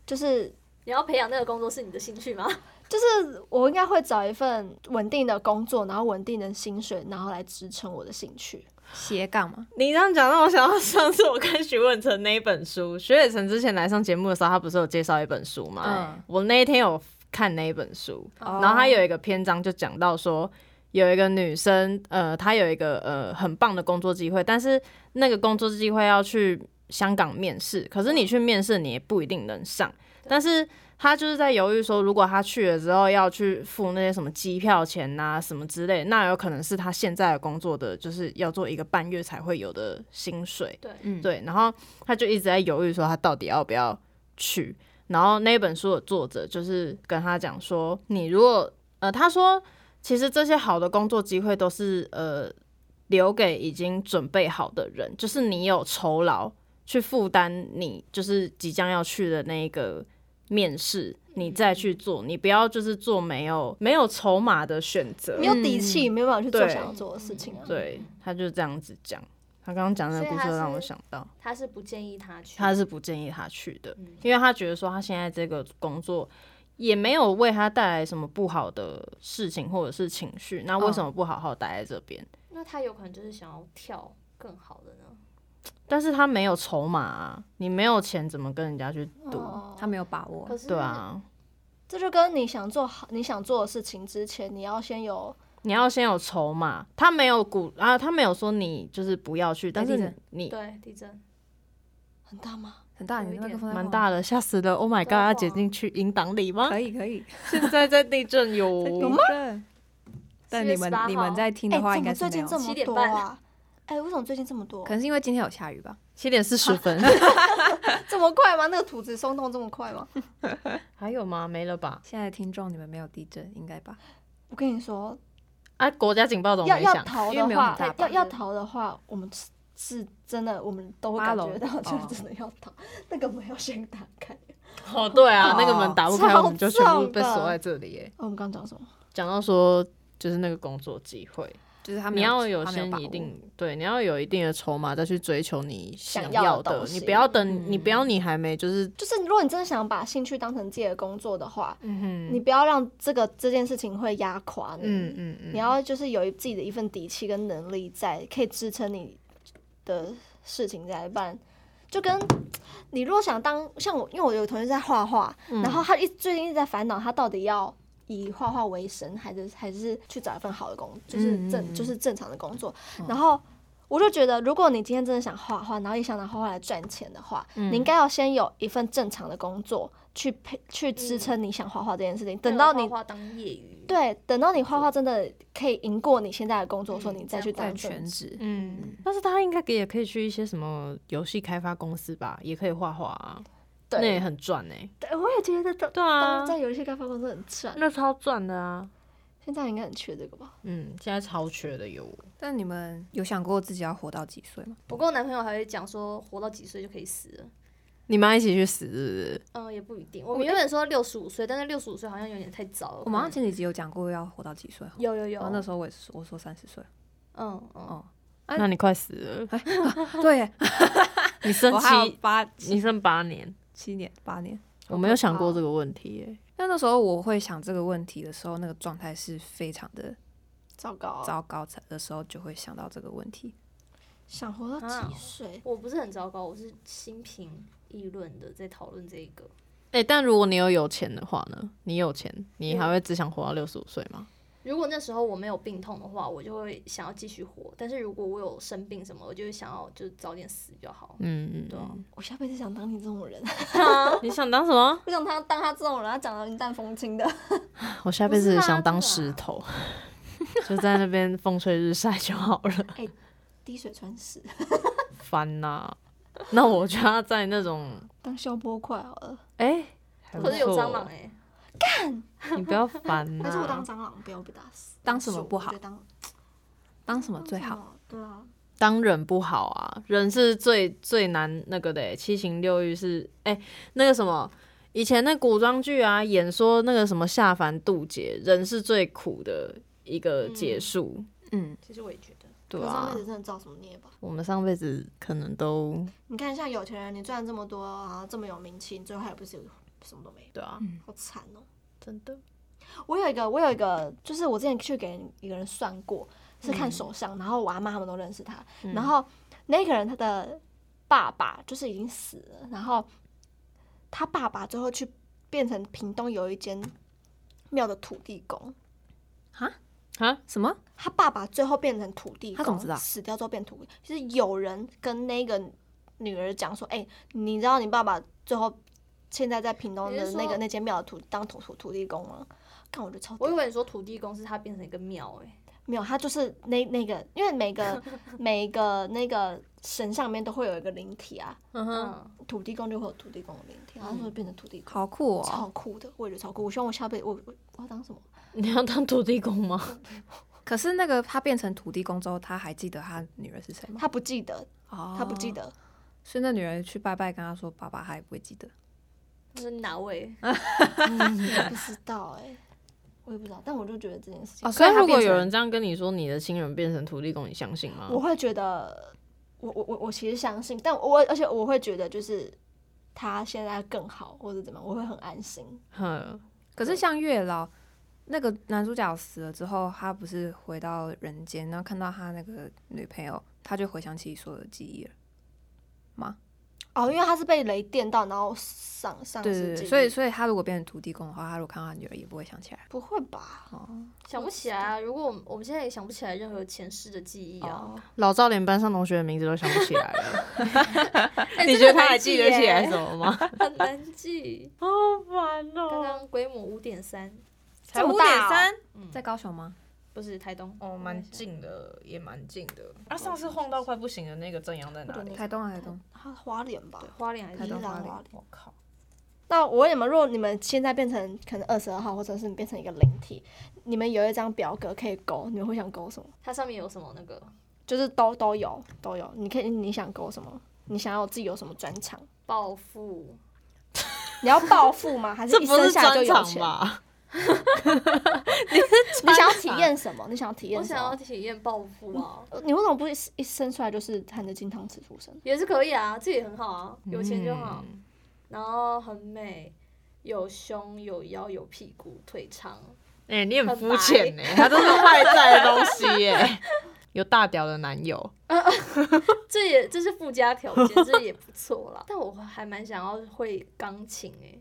Speaker 2: 就是
Speaker 4: 你要培养那个工作是你的兴趣吗？
Speaker 2: 就是我应该会找一份稳定的工作，然后稳定的薪水，然后来支撑我的兴趣。
Speaker 3: 斜杠嘛，
Speaker 1: 你这样讲让我想到上次我跟徐文成那一本书，徐伟成之前来上节目的时候，他不是有介绍一本书吗？
Speaker 3: 嗯
Speaker 1: 我那一天有看那一本书，
Speaker 3: 哦
Speaker 1: 然后他有一个篇章就讲到说，有一个女生，呃，她有一个呃很棒的工作机会，但是那个工作机会要去香港面试，可是你去面试你也不一定能上，但是。她就是在犹豫说，如果她去了之后要去付那些什么机票钱呐、什么之类，那有可能是她现在的工作的，就是要做一个半月才会有的薪水。
Speaker 4: 对，
Speaker 3: 嗯，，
Speaker 1: 对，然后他就一直在犹豫说他到底要不要去。然后那本书的作者就是跟他讲说，你如果呃，他说其实这些好的工作机会都是呃留给已经准备好的人，就是你有酬劳去负担你就是即将要去的那一个面试，你再去做，你不要就是做没有没有筹码的选择
Speaker 2: 没。有底
Speaker 3: 嗯
Speaker 2: 气，没有办法去做
Speaker 1: 对
Speaker 2: 想要做的事情啊。
Speaker 1: 对，他就这样子讲。他刚刚讲的那个
Speaker 4: 所以
Speaker 1: 故
Speaker 4: 他
Speaker 1: 事让
Speaker 4: 是
Speaker 1: 我想到。
Speaker 4: <laughs> 他是不建议他去，
Speaker 1: 他是不建议他去的
Speaker 4: 嗯，
Speaker 1: 因为他觉得说他现在这个工作也没有为他带来什么不好的事情或者是情绪，那为什么不好好待在这边？
Speaker 4: 那他有可能就是想要跳更好的呢？
Speaker 1: 但是他没有筹码啊，你没有钱怎么跟人家去赌？
Speaker 2: 哦，
Speaker 3: 他没有把握
Speaker 4: 可，是
Speaker 1: 对啊，
Speaker 2: 这就跟你想做好你想做的事情之前，你要先有
Speaker 1: 你要先有筹码。他没有鼓啊，他没有说你就是不要去，但
Speaker 3: 地
Speaker 1: 是
Speaker 3: 震
Speaker 1: 你
Speaker 4: 对，地震
Speaker 2: 很大吗？
Speaker 3: 很大，
Speaker 4: 有
Speaker 3: 你
Speaker 4: 一
Speaker 3: 的麦克
Speaker 4: 点
Speaker 3: 风在
Speaker 1: 蛮
Speaker 3: 晃，
Speaker 1: 大的，吓死了！Oh my god，
Speaker 4: 晃
Speaker 1: 要剪进去音档里吗？
Speaker 3: 可以可以，
Speaker 1: 现在在地震
Speaker 3: <laughs>
Speaker 1: 哟，
Speaker 3: 哦吗？但你们
Speaker 4: 4月18
Speaker 3: 你们
Speaker 4: 号
Speaker 3: 在听
Speaker 2: 哎、
Speaker 3: 的话，
Speaker 2: 怎
Speaker 3: 应该
Speaker 2: 么
Speaker 3: 是
Speaker 2: 最
Speaker 3: 没
Speaker 2: 近
Speaker 3: 有
Speaker 2: 这
Speaker 3: 的。
Speaker 2: 么
Speaker 4: 7点
Speaker 2: 多
Speaker 4: 半
Speaker 2: 啊？哎、为什么最近这么多
Speaker 3: 可？能是因为今天有下雨吧。
Speaker 1: 七点四十分，
Speaker 2: 这么快吗？那个土质松动这么快吗？
Speaker 1: 还有吗？没了吧？
Speaker 3: 现在的听众你们没有地震，应该吧？
Speaker 2: 我跟你说，
Speaker 1: 啊，国家警报怎么
Speaker 2: 要
Speaker 1: 没
Speaker 2: 要
Speaker 1: 响？
Speaker 2: 逃
Speaker 3: 因为
Speaker 2: 的
Speaker 3: 没有很
Speaker 2: 话
Speaker 3: 大，
Speaker 2: 要
Speaker 4: 吧
Speaker 2: 要逃的话，我们是是真的，我们都会
Speaker 3: 八
Speaker 2: 感
Speaker 3: 楼
Speaker 2: 觉到，
Speaker 3: 哦
Speaker 2: 就真的要逃。 <laughs> 那个门要先打开。
Speaker 1: 哦，对啊
Speaker 3: <laughs> 哦，
Speaker 1: 那个门打不开，
Speaker 2: 超
Speaker 1: 我们就全部被
Speaker 2: 重的
Speaker 1: 锁在这里耶。
Speaker 2: 哦我们刚刚讲什么？
Speaker 1: 讲到说，就是那个工作机会，
Speaker 3: 就是他们
Speaker 1: 你要有
Speaker 3: 有他没
Speaker 1: 先
Speaker 3: 把握
Speaker 1: 一定对，你要有一定的筹码再去追求你
Speaker 2: 想要的
Speaker 1: 要
Speaker 2: 东西
Speaker 1: 你不要等，
Speaker 3: 嗯
Speaker 1: 你不要你还没就是，
Speaker 2: 就是如果你真的想把兴趣当成自己的工作的话，
Speaker 1: 嗯哼，
Speaker 2: 你不要让这个这件事情会压垮你。
Speaker 1: 嗯嗯嗯，
Speaker 2: 你要就是有自己的一份底气跟能力在，可以支撑你的事情在办。就跟你如果想当像我，因为我有同学在画画，
Speaker 1: 嗯
Speaker 2: 然后他一最近一直在烦恼，他到底要以画画为生，还是还是去找一份好的工，就是正、
Speaker 3: 嗯嗯嗯
Speaker 2: 就是正常的工作。
Speaker 3: 嗯
Speaker 2: 然后我就觉得，如果你今天真的想画画，然后也想拿画画来赚钱的话，
Speaker 1: 嗯
Speaker 2: 你应该要先有一份正常的工作去配去支撑你想画画这件事情。等到你
Speaker 4: 画画当业余，
Speaker 2: 对，等到你画画真的可以赢过你现在的工作的时候，
Speaker 4: 嗯
Speaker 2: 你再去
Speaker 3: 在
Speaker 2: 当
Speaker 3: 全
Speaker 2: 正职。
Speaker 3: 职，
Speaker 1: 嗯，但是他应该也可以去一些什么游戏开发公司吧，也可以画画啊，那
Speaker 2: 对，
Speaker 1: 也很赚哎、
Speaker 2: 对，我也觉得当
Speaker 1: 对啊
Speaker 2: 当，在游戏开发公司很赚。
Speaker 1: 那超赚的啊，
Speaker 2: 现在应该很缺这个吧？
Speaker 1: 嗯，现在超缺的有，
Speaker 3: 但你们有想过自己要活到几岁吗？
Speaker 4: 我跟我男朋友还会讲说，活到几岁就可以死了。
Speaker 1: 你们要一起去死是
Speaker 4: 嗯，也不一定。我们原本说六十五岁，但是六十五岁好像有点太早了。
Speaker 3: 我们好像
Speaker 4: 可
Speaker 3: 前几集有讲过要活到几岁，
Speaker 4: 能有有有
Speaker 3: 然后，哦那时候我也是我说三十 <laughs> 岁，
Speaker 4: 嗯嗯，
Speaker 3: 哦，
Speaker 1: 不
Speaker 3: 哎
Speaker 1: 是？那你快死了，
Speaker 3: <laughs> 对耶，
Speaker 1: 你生
Speaker 3: 我还有
Speaker 1: 七，
Speaker 3: 八
Speaker 1: 你生八年，
Speaker 3: 七年八年。
Speaker 1: 我没有想过这个问题耶、
Speaker 3: 但那时候我会想这个问题的时候，那个状态是非常的
Speaker 2: 糟糕，
Speaker 3: 糟糕的时候，就会想到这个问题。
Speaker 2: 想活到
Speaker 4: 啊
Speaker 2: 几岁？
Speaker 4: 我不是很糟糕，我是心平议论的在讨论这一个。
Speaker 1: 哎、但如果你有有钱的话呢？你有钱，你还会只想活到六十五岁吗？
Speaker 4: 如果那时候我没有病痛的话，我就会想要继续活；但是如果我有生病什么，我就会想要就是早点死比较好。
Speaker 1: 嗯，
Speaker 4: 对啊，
Speaker 2: 我下辈子想当你这种人， <laughs>
Speaker 1: 你想当什么？
Speaker 2: 我想他当他这种人，他讲的云淡风轻的。 <laughs>
Speaker 1: 我下辈
Speaker 4: 不
Speaker 1: 子
Speaker 4: 是啊
Speaker 1: 想
Speaker 4: 真的啊
Speaker 1: 当石头， <laughs> 就在那边风吹日晒就好了， <laughs>
Speaker 2: 滴水穿石，
Speaker 1: 烦呐、那我就要在那种，
Speaker 2: 当消波块好了。
Speaker 1: 哎、还不
Speaker 4: 可是有蟑螂
Speaker 1: 错哦
Speaker 4: 哎、欸，
Speaker 1: 你不要烦
Speaker 2: <laughs>
Speaker 1: 呐、
Speaker 2: 但是我当蟑螂，不要被打死。
Speaker 3: 嗯当什么不好
Speaker 2: 我觉得当
Speaker 3: 当什么最好？？
Speaker 2: 对啊，
Speaker 1: 当人不好啊，人是最最难那个的欸、七情六欲是哎、那个什么，以前那古装剧啊演说那个什么下凡渡劫，人是最苦的一个结束，
Speaker 3: 嗯，
Speaker 4: 其实我也觉得，
Speaker 1: 对
Speaker 2: 我上
Speaker 1: 啊
Speaker 2: 辈，子真的造什么孽吧？
Speaker 1: 我们上辈子可能都
Speaker 2: 你看，像有钱人，你赚这么多，然后这么有名气，你最后还不是有什么都没有，
Speaker 1: 对啊，
Speaker 2: 好惨哦、
Speaker 1: 真的，
Speaker 2: 我有一个，我有一个，就是我之前去给一个人算过，是看手相，然后我阿妈他们都认识他，然后那个人他的爸爸就是已经死了，然后他爸爸最后去变成屏东有一间庙的土地公。
Speaker 1: 啊，
Speaker 3: 什么？
Speaker 2: 他爸爸最后变成土地公，
Speaker 3: 他怎么知道
Speaker 2: 死掉之后变土地？就是有人跟那个女儿讲说：“哎、你知道你爸爸最后现在在屏东
Speaker 4: 你
Speaker 2: 的
Speaker 4: 是说
Speaker 2: 那个那间庙的土当土土土地公吗？”看我就超屌
Speaker 4: 我以为你说土地公是它变成一个庙哎、
Speaker 2: 没有，他就是那那个，因为
Speaker 4: <laughs>
Speaker 2: 每个每个那个神上面都会有一个灵体啊，
Speaker 1: 嗯哼，
Speaker 4: 嗯，
Speaker 2: 土地公就会有土地公的灵体，然后就变成土地公，
Speaker 3: 好酷哦！
Speaker 2: 超酷的，我也觉得超酷。我希望我下辈子我我我要当什么？
Speaker 1: 你要当土地公吗？
Speaker 3: 可是那个他变成土地公之后，他还记得他女儿是谁吗？
Speaker 2: 他不记得，
Speaker 3: 哦
Speaker 2: 他不记，
Speaker 3: <laughs>
Speaker 2: 得，
Speaker 3: 所以那女儿去拜拜，跟他说爸爸，他也不会记得。
Speaker 4: 那是哪位？
Speaker 1: 啊
Speaker 2: 我不知道哎、我也不知道，但我就觉得这件事情
Speaker 3: 哦，
Speaker 1: 所以
Speaker 3: 他
Speaker 1: 如果
Speaker 3: 变成
Speaker 1: 有人这样跟你说你的亲人变成土地公，你相信吗？
Speaker 2: 我会觉得，我我我我其实相信，但我而且我会觉得就是他现在更好或者怎么样，我会很安心。
Speaker 1: 哼，
Speaker 3: 可是像月老，那个男主角死了之后，他不是回到人间，然后看到他那个女朋友，他就回想起所有的记忆了吗？
Speaker 2: 哦，因为他是被雷电到，然后丧丧
Speaker 3: 对
Speaker 2: 失
Speaker 3: 对
Speaker 2: 嗯记
Speaker 3: 对，
Speaker 2: 忆，
Speaker 3: 所以所以他如果变成土地公的话，他如果看到他女儿也不会想起来。
Speaker 2: 不会吧？
Speaker 3: 哦，
Speaker 4: 想不起来啊！如果我们我们现在也想不起来任何前世的记忆啊，
Speaker 1: 老赵连班上同学的名字都想不起来了，
Speaker 4: 哎
Speaker 1: 你
Speaker 4: 真
Speaker 1: 觉
Speaker 4: 的
Speaker 1: 得他
Speaker 4: 很
Speaker 1: 还
Speaker 4: 记
Speaker 1: 记得起
Speaker 4: 耶
Speaker 1: 来什么吗？
Speaker 4: 很难记。
Speaker 1: 好烦
Speaker 4: 刚！刚规模五点三，
Speaker 1: 才
Speaker 2: 这
Speaker 1: 五
Speaker 2: 么
Speaker 1: 点
Speaker 2: 大哦
Speaker 1: 三，
Speaker 4: 嗯，
Speaker 3: 在高雄吗？
Speaker 4: 不是台东，
Speaker 1: 哦，蛮
Speaker 4: 蛮
Speaker 1: 近的，也蛮近的。啊，上次晃到快不行的那个正阳在哪
Speaker 2: 不
Speaker 1: 里
Speaker 2: 懂？
Speaker 3: 台东啊，台东。
Speaker 2: 他花脸吧
Speaker 4: 对，？花莲还
Speaker 3: 台
Speaker 4: 是
Speaker 2: 宜
Speaker 3: 东
Speaker 2: 兰
Speaker 3: 花莲
Speaker 2: 花
Speaker 1: 我靠！
Speaker 2: 那我问你们，如果你们现在变成可能二十二号，或者是你变成一个灵体，你们有一张表格可以勾，你们会想勾什么？
Speaker 4: 它上面有什么那个
Speaker 2: 就是都都有都有，你可以你想勾什么？你想要自己有什么专长？
Speaker 4: 暴富？
Speaker 2: 你要暴富吗？还是
Speaker 1: 这
Speaker 2: 一
Speaker 1: 不
Speaker 2: 生
Speaker 1: 是
Speaker 2: 下来就
Speaker 1: 专
Speaker 2: 有
Speaker 1: 场
Speaker 2: 钱？
Speaker 1: 吧？
Speaker 2: 你想要体验什么？你想要体验
Speaker 4: 我
Speaker 2: 什
Speaker 4: 想要
Speaker 2: 么？
Speaker 4: 体验暴富啊，
Speaker 2: 呃你为什么不一一生出来就是含着金汤匙出生？
Speaker 4: 也是可以啊，这也很好啊，有钱就好，
Speaker 1: 嗯
Speaker 4: 然后很美，有胸有腰有屁股腿长，
Speaker 1: 哎、你很
Speaker 4: 很
Speaker 1: 肤
Speaker 4: 白
Speaker 1: 浅呢，他都是外在的东西耶、 <laughs> 有大屌的男友，
Speaker 4: 这也这是附加条件，这也不错 <laughs> 啦。但我还蛮想要会钢琴诶、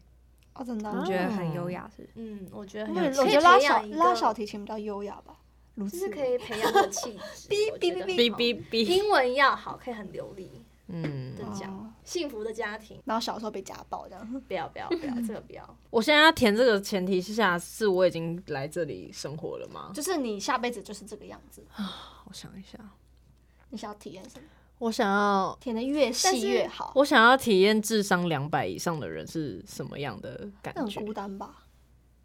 Speaker 2: 哦，真的
Speaker 1: 嗯
Speaker 3: 你
Speaker 2: 啊，
Speaker 3: 觉得很优雅是不是？
Speaker 4: 嗯，我觉得
Speaker 2: 因
Speaker 4: 很
Speaker 2: 为
Speaker 4: 有
Speaker 2: 我
Speaker 4: 趣
Speaker 2: 觉得拉
Speaker 4: 可以培
Speaker 2: 小
Speaker 4: 养一个
Speaker 2: 拉小提琴比较优雅吧。如
Speaker 4: 就
Speaker 2: 此
Speaker 4: 是可以培养你的气质，
Speaker 2: 哔
Speaker 4: 我觉得
Speaker 2: 哔
Speaker 1: 哔
Speaker 4: 很好
Speaker 1: 哔哔，
Speaker 4: 英文要好，可以很流利
Speaker 1: 嗯
Speaker 4: 的
Speaker 2: 哦
Speaker 4: 讲。幸福的家庭，
Speaker 2: 然后小时候被家暴这样，
Speaker 4: 不要不要不要，这个不要。
Speaker 1: 我现在要填这个前提下，是我已经来这里生活了吗？
Speaker 2: 就是你下辈子就是这个样子。
Speaker 1: 我想一下，
Speaker 2: 你想要体验什么？
Speaker 1: 我想要，
Speaker 2: 填的越
Speaker 4: 但是
Speaker 2: 细越好。
Speaker 1: 我想要体验智商两百以上的人是什么样的感
Speaker 2: 那很
Speaker 1: 觉，
Speaker 2: 孤单吧？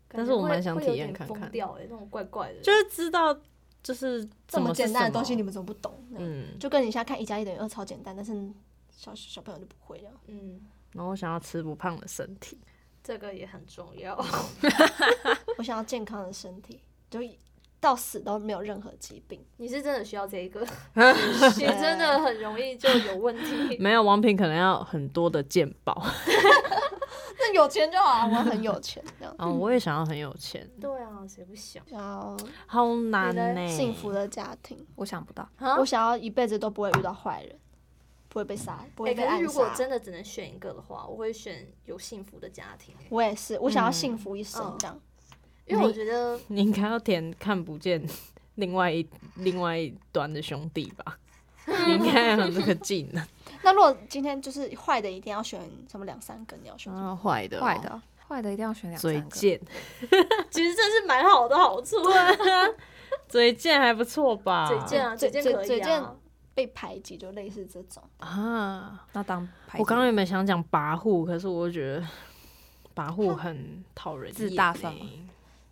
Speaker 1: 但是我蛮想体验看
Speaker 4: 感觉会会有点
Speaker 1: 看
Speaker 4: 疯掉哎、那种怪怪的，
Speaker 1: 就是知道，就是
Speaker 2: 这
Speaker 1: 怎
Speaker 2: 么
Speaker 1: 么
Speaker 2: 简
Speaker 1: 是
Speaker 2: 单的
Speaker 1: 什么
Speaker 2: 东西你们怎么不懂？嗯，
Speaker 1: 嗯，
Speaker 2: 就跟你现在看一加一等于二超简单，但是小小朋友就不会这样。
Speaker 4: 嗯，
Speaker 1: 然后我想要吃不胖的身体，
Speaker 4: 这个也很重要。
Speaker 2: 我想要健康的身体，就到死都没有任何疾病。
Speaker 4: 你是真的需要这一个，你真的很容易就有问题。
Speaker 1: 没有王品可能要很多的健 <laughs> 保，
Speaker 2: 那有钱就好啊，我很有钱这样。
Speaker 1: 啊，我也想要很有钱，
Speaker 4: 对啊，谁不想
Speaker 2: 想要
Speaker 1: 好难欸呢、
Speaker 2: 幸福的家庭，
Speaker 3: 我想不到，
Speaker 4: 啊
Speaker 2: 我？想要一辈子都不会遇到坏人，不会被杀，不
Speaker 4: 哎、
Speaker 2: 会被
Speaker 4: 可是
Speaker 2: 暗
Speaker 4: 如果
Speaker 2: 杀。
Speaker 4: 真的只能选一个的话，我会选有幸福的家庭、欸，
Speaker 2: 我也是，我想要
Speaker 1: 嗯
Speaker 2: 幸福一生这样。
Speaker 4: 因为我觉得
Speaker 1: 你应该要填看不见另外一另外一端的兄弟吧？你应该要有这个技能。
Speaker 2: 那如果今天就是坏的，一定要选什么两三个，你要选什么？
Speaker 1: <laughs> 啊，坏的
Speaker 3: 坏，的坏的一定要选两
Speaker 1: 嘴
Speaker 3: 三个。
Speaker 1: 贱，
Speaker 4: 其实这是蛮好的好处。
Speaker 1: 嘴贱还不错吧？
Speaker 4: <laughs> 嘴贱啊，
Speaker 2: 嘴
Speaker 4: 嘴贱可以啊，
Speaker 2: 嘴贱被排挤就类似这种。
Speaker 1: 啊！
Speaker 3: 那当排
Speaker 1: 我刚刚
Speaker 3: 挤
Speaker 1: 原本想讲跋扈，可是我觉得跋扈很讨人厌、欸
Speaker 3: 自大算吗？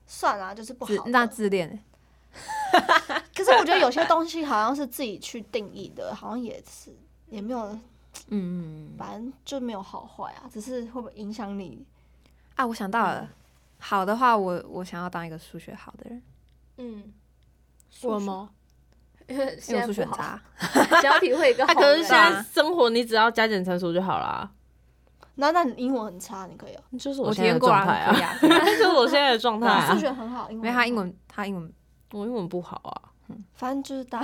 Speaker 2: 算啦、就是不好
Speaker 3: 自
Speaker 2: 的。
Speaker 3: 那自恋欸，
Speaker 2: 可是我觉得有些东西好像是自己去定义的，好像也是也没有，
Speaker 3: 嗯嗯嗯
Speaker 2: 反正就没有好坏啊，只是会不会影响你？
Speaker 3: 啊，我想到了，好的话，我我想要当一个数学好的人，
Speaker 4: 嗯，
Speaker 1: 我吗？
Speaker 4: <laughs> 因为
Speaker 3: 因
Speaker 4: 现
Speaker 3: 为
Speaker 4: 在
Speaker 3: 我数学
Speaker 4: 不
Speaker 3: 很
Speaker 4: 好， <laughs>
Speaker 3: 差，
Speaker 4: 想要体会一
Speaker 1: <laughs>
Speaker 4: 个
Speaker 1: 那
Speaker 4: 好
Speaker 1: 可
Speaker 4: 的
Speaker 1: 是
Speaker 4: 人。
Speaker 1: 现在生活，你只要加减乘除就好啦。
Speaker 2: 然后那你英文很差，你可以、哦。
Speaker 1: 就是
Speaker 3: 我
Speaker 1: 我
Speaker 3: 体
Speaker 1: 现在
Speaker 3: 验
Speaker 1: 的
Speaker 3: 过
Speaker 1: 状
Speaker 3: 啊，
Speaker 1: 态
Speaker 3: 可以
Speaker 1: 啊，
Speaker 3: 啊，
Speaker 1: <laughs> 就是我现在的状态
Speaker 2: 我 <laughs> 数
Speaker 1: 啊。
Speaker 2: 学很好，英文
Speaker 3: 没
Speaker 2: 很
Speaker 3: 有他
Speaker 2: 好
Speaker 3: 英，文他英文
Speaker 1: 我英文不好啊。
Speaker 2: 反正就是大。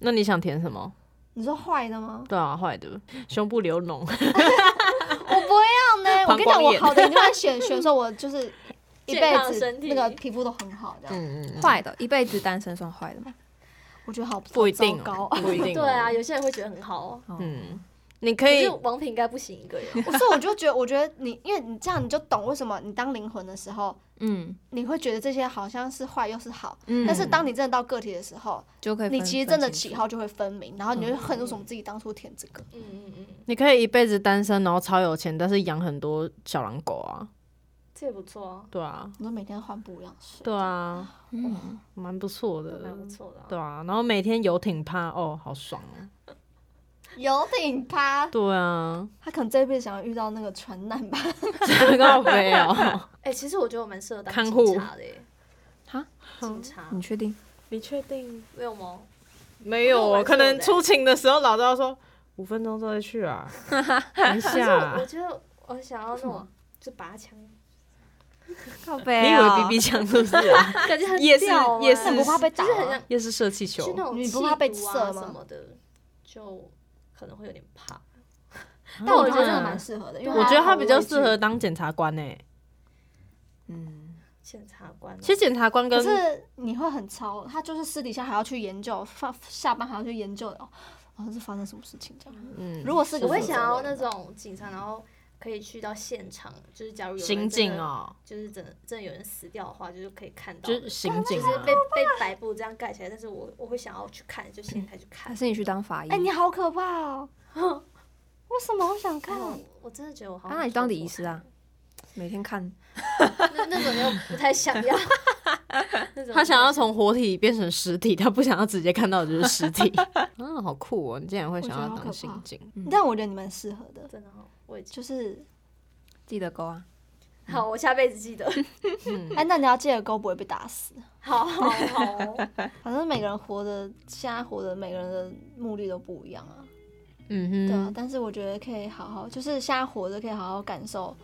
Speaker 1: 那你想填什么？
Speaker 2: <laughs> 你说坏的吗？
Speaker 1: 对啊，坏的，胸部流脓。
Speaker 2: 我不要呢。我
Speaker 1: 膀
Speaker 2: 跟你讲，
Speaker 1: 胱
Speaker 2: 我
Speaker 1: 炎
Speaker 2: 好的一定会选选说，我就是一辈
Speaker 4: 健康
Speaker 2: 子
Speaker 4: 身体
Speaker 2: 那个皮肤都很好这样。
Speaker 1: 嗯嗯，
Speaker 3: 坏的，一辈子单身算坏的吗？
Speaker 2: 我觉得好
Speaker 1: 不一定
Speaker 2: 好糟
Speaker 1: 哦
Speaker 2: 糕，啊。
Speaker 1: 不
Speaker 4: <laughs>
Speaker 1: 一定。
Speaker 4: 对啊，，有些人会觉得很好
Speaker 1: <laughs>
Speaker 4: 哦。
Speaker 3: 哦，
Speaker 1: 嗯，你可
Speaker 4: 可
Speaker 1: 以
Speaker 4: 是王品应该不行一个
Speaker 1: <laughs>
Speaker 4: 人，
Speaker 2: 所 <laughs> 以我就觉得，我觉得你，因为你这样你就懂为什么你当灵魂的时候，
Speaker 3: 嗯
Speaker 2: 你会觉得这些好像是坏又是好，
Speaker 3: 嗯，
Speaker 2: 但是当你真的到个体的时候，
Speaker 3: 就可以
Speaker 2: 你
Speaker 3: 分
Speaker 2: 其实真的
Speaker 3: 分清
Speaker 2: 喜
Speaker 3: 楚
Speaker 2: 好就会分明，然后你就恨为什么自己当初填这个。
Speaker 4: 嗯嗯嗯，
Speaker 1: 你可以一辈子单身，然后超有钱，但是养很多小狼狗啊。
Speaker 4: 这也不错啊，
Speaker 1: 对啊，
Speaker 2: 你说每天换不一样水，
Speaker 1: 对啊，
Speaker 3: 嗯
Speaker 1: 蛮不错
Speaker 4: 这蛮
Speaker 1: 的
Speaker 4: 不。错的啊。
Speaker 1: 对啊，然后每天游艇趴，哦，好爽啊。
Speaker 2: 游艇趴，
Speaker 1: 对啊，
Speaker 2: 他可能这辈子想要遇到那个船难吧？
Speaker 1: 告没有。
Speaker 4: 哎，其实我觉得我蛮适合当
Speaker 1: 看护嗯
Speaker 4: 警察的耶。
Speaker 3: 哈，
Speaker 4: 警察
Speaker 2: 嗯
Speaker 3: 你确定？
Speaker 1: 你确定？
Speaker 4: 没有吗？
Speaker 1: 没
Speaker 4: 我
Speaker 1: 有，
Speaker 4: 晚
Speaker 1: 可
Speaker 4: 上有
Speaker 1: 能
Speaker 4: 的
Speaker 1: 出勤的时候老赵说五分钟之后再去 <laughs> 啊，等一
Speaker 4: 可是我
Speaker 1: <laughs> 下
Speaker 4: 我。觉得我想要那种就拔
Speaker 1: <laughs>
Speaker 4: 枪，
Speaker 3: 靠
Speaker 1: 你
Speaker 2: 啊
Speaker 3: 背
Speaker 1: 以为 BB 枪是不是 <laughs> 啊？
Speaker 4: 感觉很
Speaker 1: 也是
Speaker 4: 屌啊
Speaker 1: 也是
Speaker 2: 那不怕被打
Speaker 4: 就是很像
Speaker 2: 啊？
Speaker 1: 也是射气球
Speaker 4: 去那种
Speaker 2: 你不
Speaker 4: 气
Speaker 2: 怕被
Speaker 4: 毒
Speaker 2: 射
Speaker 4: 啊
Speaker 2: 吗
Speaker 4: 什么的，就可能会有点怕。
Speaker 2: 但我觉得真
Speaker 1: 嗯
Speaker 2: 的蛮适合的，因
Speaker 4: 对
Speaker 2: 为
Speaker 4: 啊
Speaker 1: 我觉得
Speaker 2: 他
Speaker 1: 他比较适合当检察官呢、欸
Speaker 3: 嗯，
Speaker 4: 检察官哦，
Speaker 1: 其实检察官
Speaker 2: 可
Speaker 1: 跟
Speaker 2: 是你会很超，他就是私底下还要去研究，放下班还要去研究哦，哦，是发生什么事情这样。
Speaker 1: 嗯，
Speaker 2: 如果是个
Speaker 4: 我会
Speaker 2: 负责
Speaker 4: 想要那
Speaker 2: 人的
Speaker 4: 种警察，然后可以去到现场，就是假如有人
Speaker 1: 刑
Speaker 4: 真
Speaker 1: 警
Speaker 3: 啊
Speaker 4: 的，
Speaker 1: 哦，
Speaker 4: 就是真的真的有人死掉的话，就是可以看到
Speaker 1: 就
Speaker 4: 的，
Speaker 1: 是刑警
Speaker 4: 就是
Speaker 1: 啊
Speaker 4: 被，被白布这样盖起来，但是我我会想要去看，就现在去
Speaker 3: 还
Speaker 4: <laughs> 看。
Speaker 3: 是你去当法医？
Speaker 2: 哎、你好可怕
Speaker 4: <laughs>
Speaker 2: 哦！为什么我想看？
Speaker 4: 哦我真的觉得我好像
Speaker 3: 啊，那你当礼仪
Speaker 4: 师
Speaker 3: 师啊，，每天看，
Speaker 4: <laughs> 那那种就不太想
Speaker 3: <laughs>
Speaker 4: 要。那种
Speaker 1: 他想要从活体变成实体，他不想要直接看到的就是实 <laughs> 体。嗯，好酷哦！你竟然会想
Speaker 2: 我觉得
Speaker 1: 要
Speaker 2: 好可
Speaker 1: 当
Speaker 2: 怕
Speaker 1: 刑警，
Speaker 3: 嗯
Speaker 2: 但我觉得你蛮适合
Speaker 4: <laughs>
Speaker 2: 的，
Speaker 4: 真的好，我已经
Speaker 2: 就是
Speaker 3: 记得勾啊。
Speaker 4: 好，我下辈子
Speaker 3: <laughs>
Speaker 4: 记得。
Speaker 1: 嗯
Speaker 2: 哎、那你要记得狗不会被打死。
Speaker 4: 好好好哦，
Speaker 2: 反正每个人活的，现在活的每个人的目的都不一样啊，
Speaker 1: 嗯
Speaker 2: 对啊。
Speaker 1: 哼，
Speaker 2: 但是我觉得可以好好，就是现在活着可以好好感受，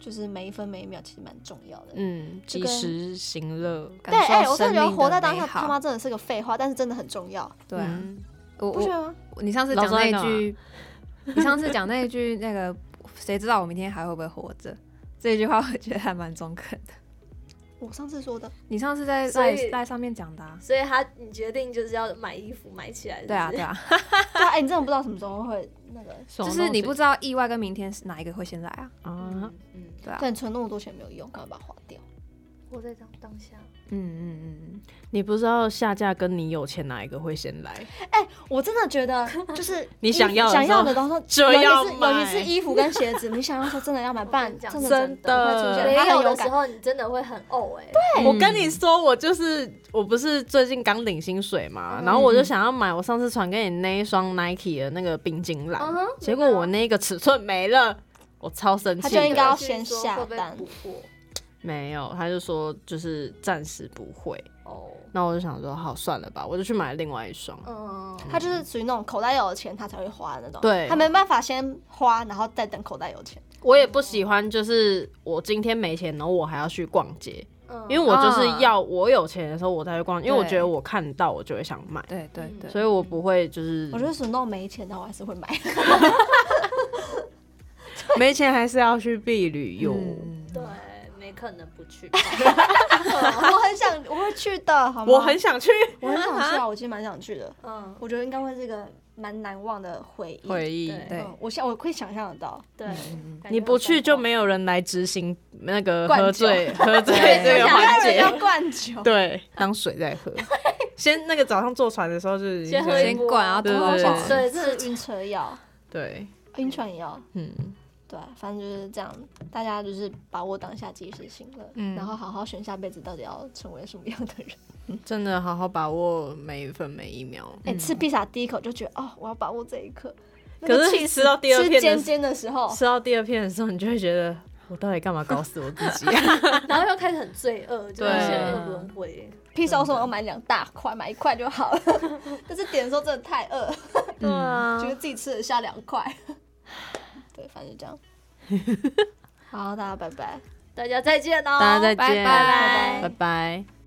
Speaker 2: 就是每一分每一秒其实蛮重要的。
Speaker 1: 嗯，
Speaker 2: 就
Speaker 1: 及
Speaker 2: 跟
Speaker 1: 时行乐，
Speaker 3: 感
Speaker 2: 对，哎、
Speaker 3: 受
Speaker 2: 我真
Speaker 3: 生
Speaker 2: 的觉得
Speaker 3: 命
Speaker 2: 活在
Speaker 3: 的
Speaker 2: 当
Speaker 3: 美
Speaker 2: 下他
Speaker 3: 好
Speaker 2: 妈真的是个废话，但是真的很重要，
Speaker 3: 对啊，
Speaker 1: 嗯
Speaker 3: 我
Speaker 2: 不觉
Speaker 3: 我
Speaker 2: 得吗？
Speaker 3: 你上次
Speaker 1: 老
Speaker 3: 讲
Speaker 1: 师在啊干
Speaker 3: 那
Speaker 1: 嘛
Speaker 3: 句，你上次讲那一句那个，谁知道我明天还会不会活着？这句话我觉得还蛮中肯的。
Speaker 2: 我上次说的，
Speaker 3: 你上次在
Speaker 4: 所
Speaker 3: 在
Speaker 4: 以
Speaker 3: 在上面讲的、啊，
Speaker 4: 所以他你决定就是要买衣服买起来，是不
Speaker 3: 对啊
Speaker 4: 是
Speaker 3: 对，啊，
Speaker 2: 对啊，哎、你真的不知道什么时候会那个，
Speaker 3: 就是你不
Speaker 1: 手
Speaker 3: 知道意外跟明天是哪一个会先来啊，
Speaker 1: 弄啊
Speaker 4: 嗯，嗯，
Speaker 3: 对啊，
Speaker 2: 对，你存那么多钱没有用，赶快把它花掉。
Speaker 4: 活在当当下。
Speaker 3: 嗯嗯嗯
Speaker 1: 你不知道下架跟你有钱哪一个会先来，
Speaker 2: <laughs> 我真的觉得， <laughs> 就是
Speaker 1: 你
Speaker 2: 衣服
Speaker 1: 想要的
Speaker 2: 想
Speaker 1: 时候
Speaker 2: 要的东 <laughs> 西，
Speaker 1: 就要
Speaker 2: 尤其是
Speaker 1: 买
Speaker 2: 尤其是衣服跟鞋子，你 <laughs> 想要的时候真的要买，
Speaker 4: 我
Speaker 2: 不
Speaker 4: 跟
Speaker 2: <laughs> 然
Speaker 4: 你讲
Speaker 2: 真的
Speaker 1: 真
Speaker 2: 的会
Speaker 1: 的
Speaker 2: 出现
Speaker 4: 没
Speaker 2: 它很
Speaker 4: 有
Speaker 2: 有
Speaker 4: 的时
Speaker 2: 感。
Speaker 4: 候，你真的会很呕哎、
Speaker 1: 对
Speaker 3: 嗯，
Speaker 1: 我跟你说，我就是我不是最近刚领薪水嘛，
Speaker 4: 嗯
Speaker 1: 然后我就想要买我上次传给你那一双 Nike 的那个冰晶蓝
Speaker 4: 嗯哼，
Speaker 1: 结果我那个尺寸没了，我超生
Speaker 2: 他
Speaker 1: 气
Speaker 2: 就应该
Speaker 1: 的。
Speaker 2: 要先下
Speaker 4: 会
Speaker 2: 单
Speaker 4: 被捕获
Speaker 1: 没有，他就说就是暂时不会。
Speaker 4: 哦，
Speaker 1: 那我就想说，好算了吧，我就去买另外一双。
Speaker 4: 嗯，
Speaker 2: 他就是属于那种口袋有钱他才会花的那种，
Speaker 1: 对
Speaker 2: 他没办法先花，然后再等口袋有钱。
Speaker 1: 我也不喜欢，就是我今天没钱，然后我还要去逛街，
Speaker 4: 嗯
Speaker 1: 因为我就是
Speaker 3: 啊
Speaker 1: 要我有钱的时候我才会逛，因为我
Speaker 3: 对
Speaker 1: 觉得我看到我就会想买，
Speaker 3: 对对对，
Speaker 1: 所以我不会就是
Speaker 2: 我就是属于那种没钱的，我还是会 <laughs> 买。
Speaker 1: 没钱还是要去避旅游。
Speaker 3: 嗯
Speaker 4: 对，没可能不去。
Speaker 2: 我很想，我会去的，好吗？
Speaker 1: 我很想去
Speaker 2: 我很想去啊，我其实蛮想去的。
Speaker 4: 嗯，
Speaker 2: 我觉得应该会是一个蛮难忘的回忆。
Speaker 1: <laughs> 回忆。
Speaker 4: 对
Speaker 3: 对
Speaker 2: 嗯，我想我可以想象得到，
Speaker 4: 对，感觉
Speaker 1: <laughs> 你不去就没有人来执行那个喝醉喝醉
Speaker 3: 对
Speaker 1: 这个
Speaker 3: 想
Speaker 1: 环
Speaker 2: <laughs> 人要
Speaker 1: 节，
Speaker 2: 灌酒。
Speaker 1: 对，当水在喝。 <laughs> 先那个早上坐船的时候就是已经
Speaker 4: 先喝一
Speaker 3: 先
Speaker 4: 波
Speaker 3: 管啊，
Speaker 1: 对
Speaker 3: 多
Speaker 1: 对
Speaker 3: 少
Speaker 1: 对
Speaker 3: 钱？
Speaker 4: 对，这
Speaker 2: 吃 <laughs> 晕车药、
Speaker 1: 对，
Speaker 2: 晕船药，
Speaker 1: 嗯，
Speaker 2: 对，啊反正就是这样。大家就是把握当下及时行乐，
Speaker 1: 嗯
Speaker 2: 然后好好选下辈子到底要成为什么样的人。
Speaker 1: 真的好好把握每一分每一秒。
Speaker 2: 哎、吃披萨第一口就觉得哦，我要把握这一刻。那
Speaker 1: 可
Speaker 2: 个
Speaker 1: 是
Speaker 2: cheese
Speaker 1: 吃到第二
Speaker 2: 吃
Speaker 1: 片
Speaker 2: 尖
Speaker 1: 的时
Speaker 2: 尖的时候
Speaker 1: 候，，吃到第二片的时候，你就会觉得我到底干嘛搞死我自己？啊
Speaker 4: 然后又开始很罪恶，就是
Speaker 1: 对
Speaker 4: 陷入轮回。
Speaker 2: 披萨我说我要买两大块，买一块就好了。 <laughs> 但是点的时候真的太饿，
Speaker 1: 对啊
Speaker 2: 觉
Speaker 4: 嗯
Speaker 2: 得自己吃得下两块。对，反正就这样。好，大家拜拜。
Speaker 4: 大家再见哦，
Speaker 1: 大家再
Speaker 3: 拜
Speaker 1: 见，
Speaker 3: 拜
Speaker 1: 拜拜。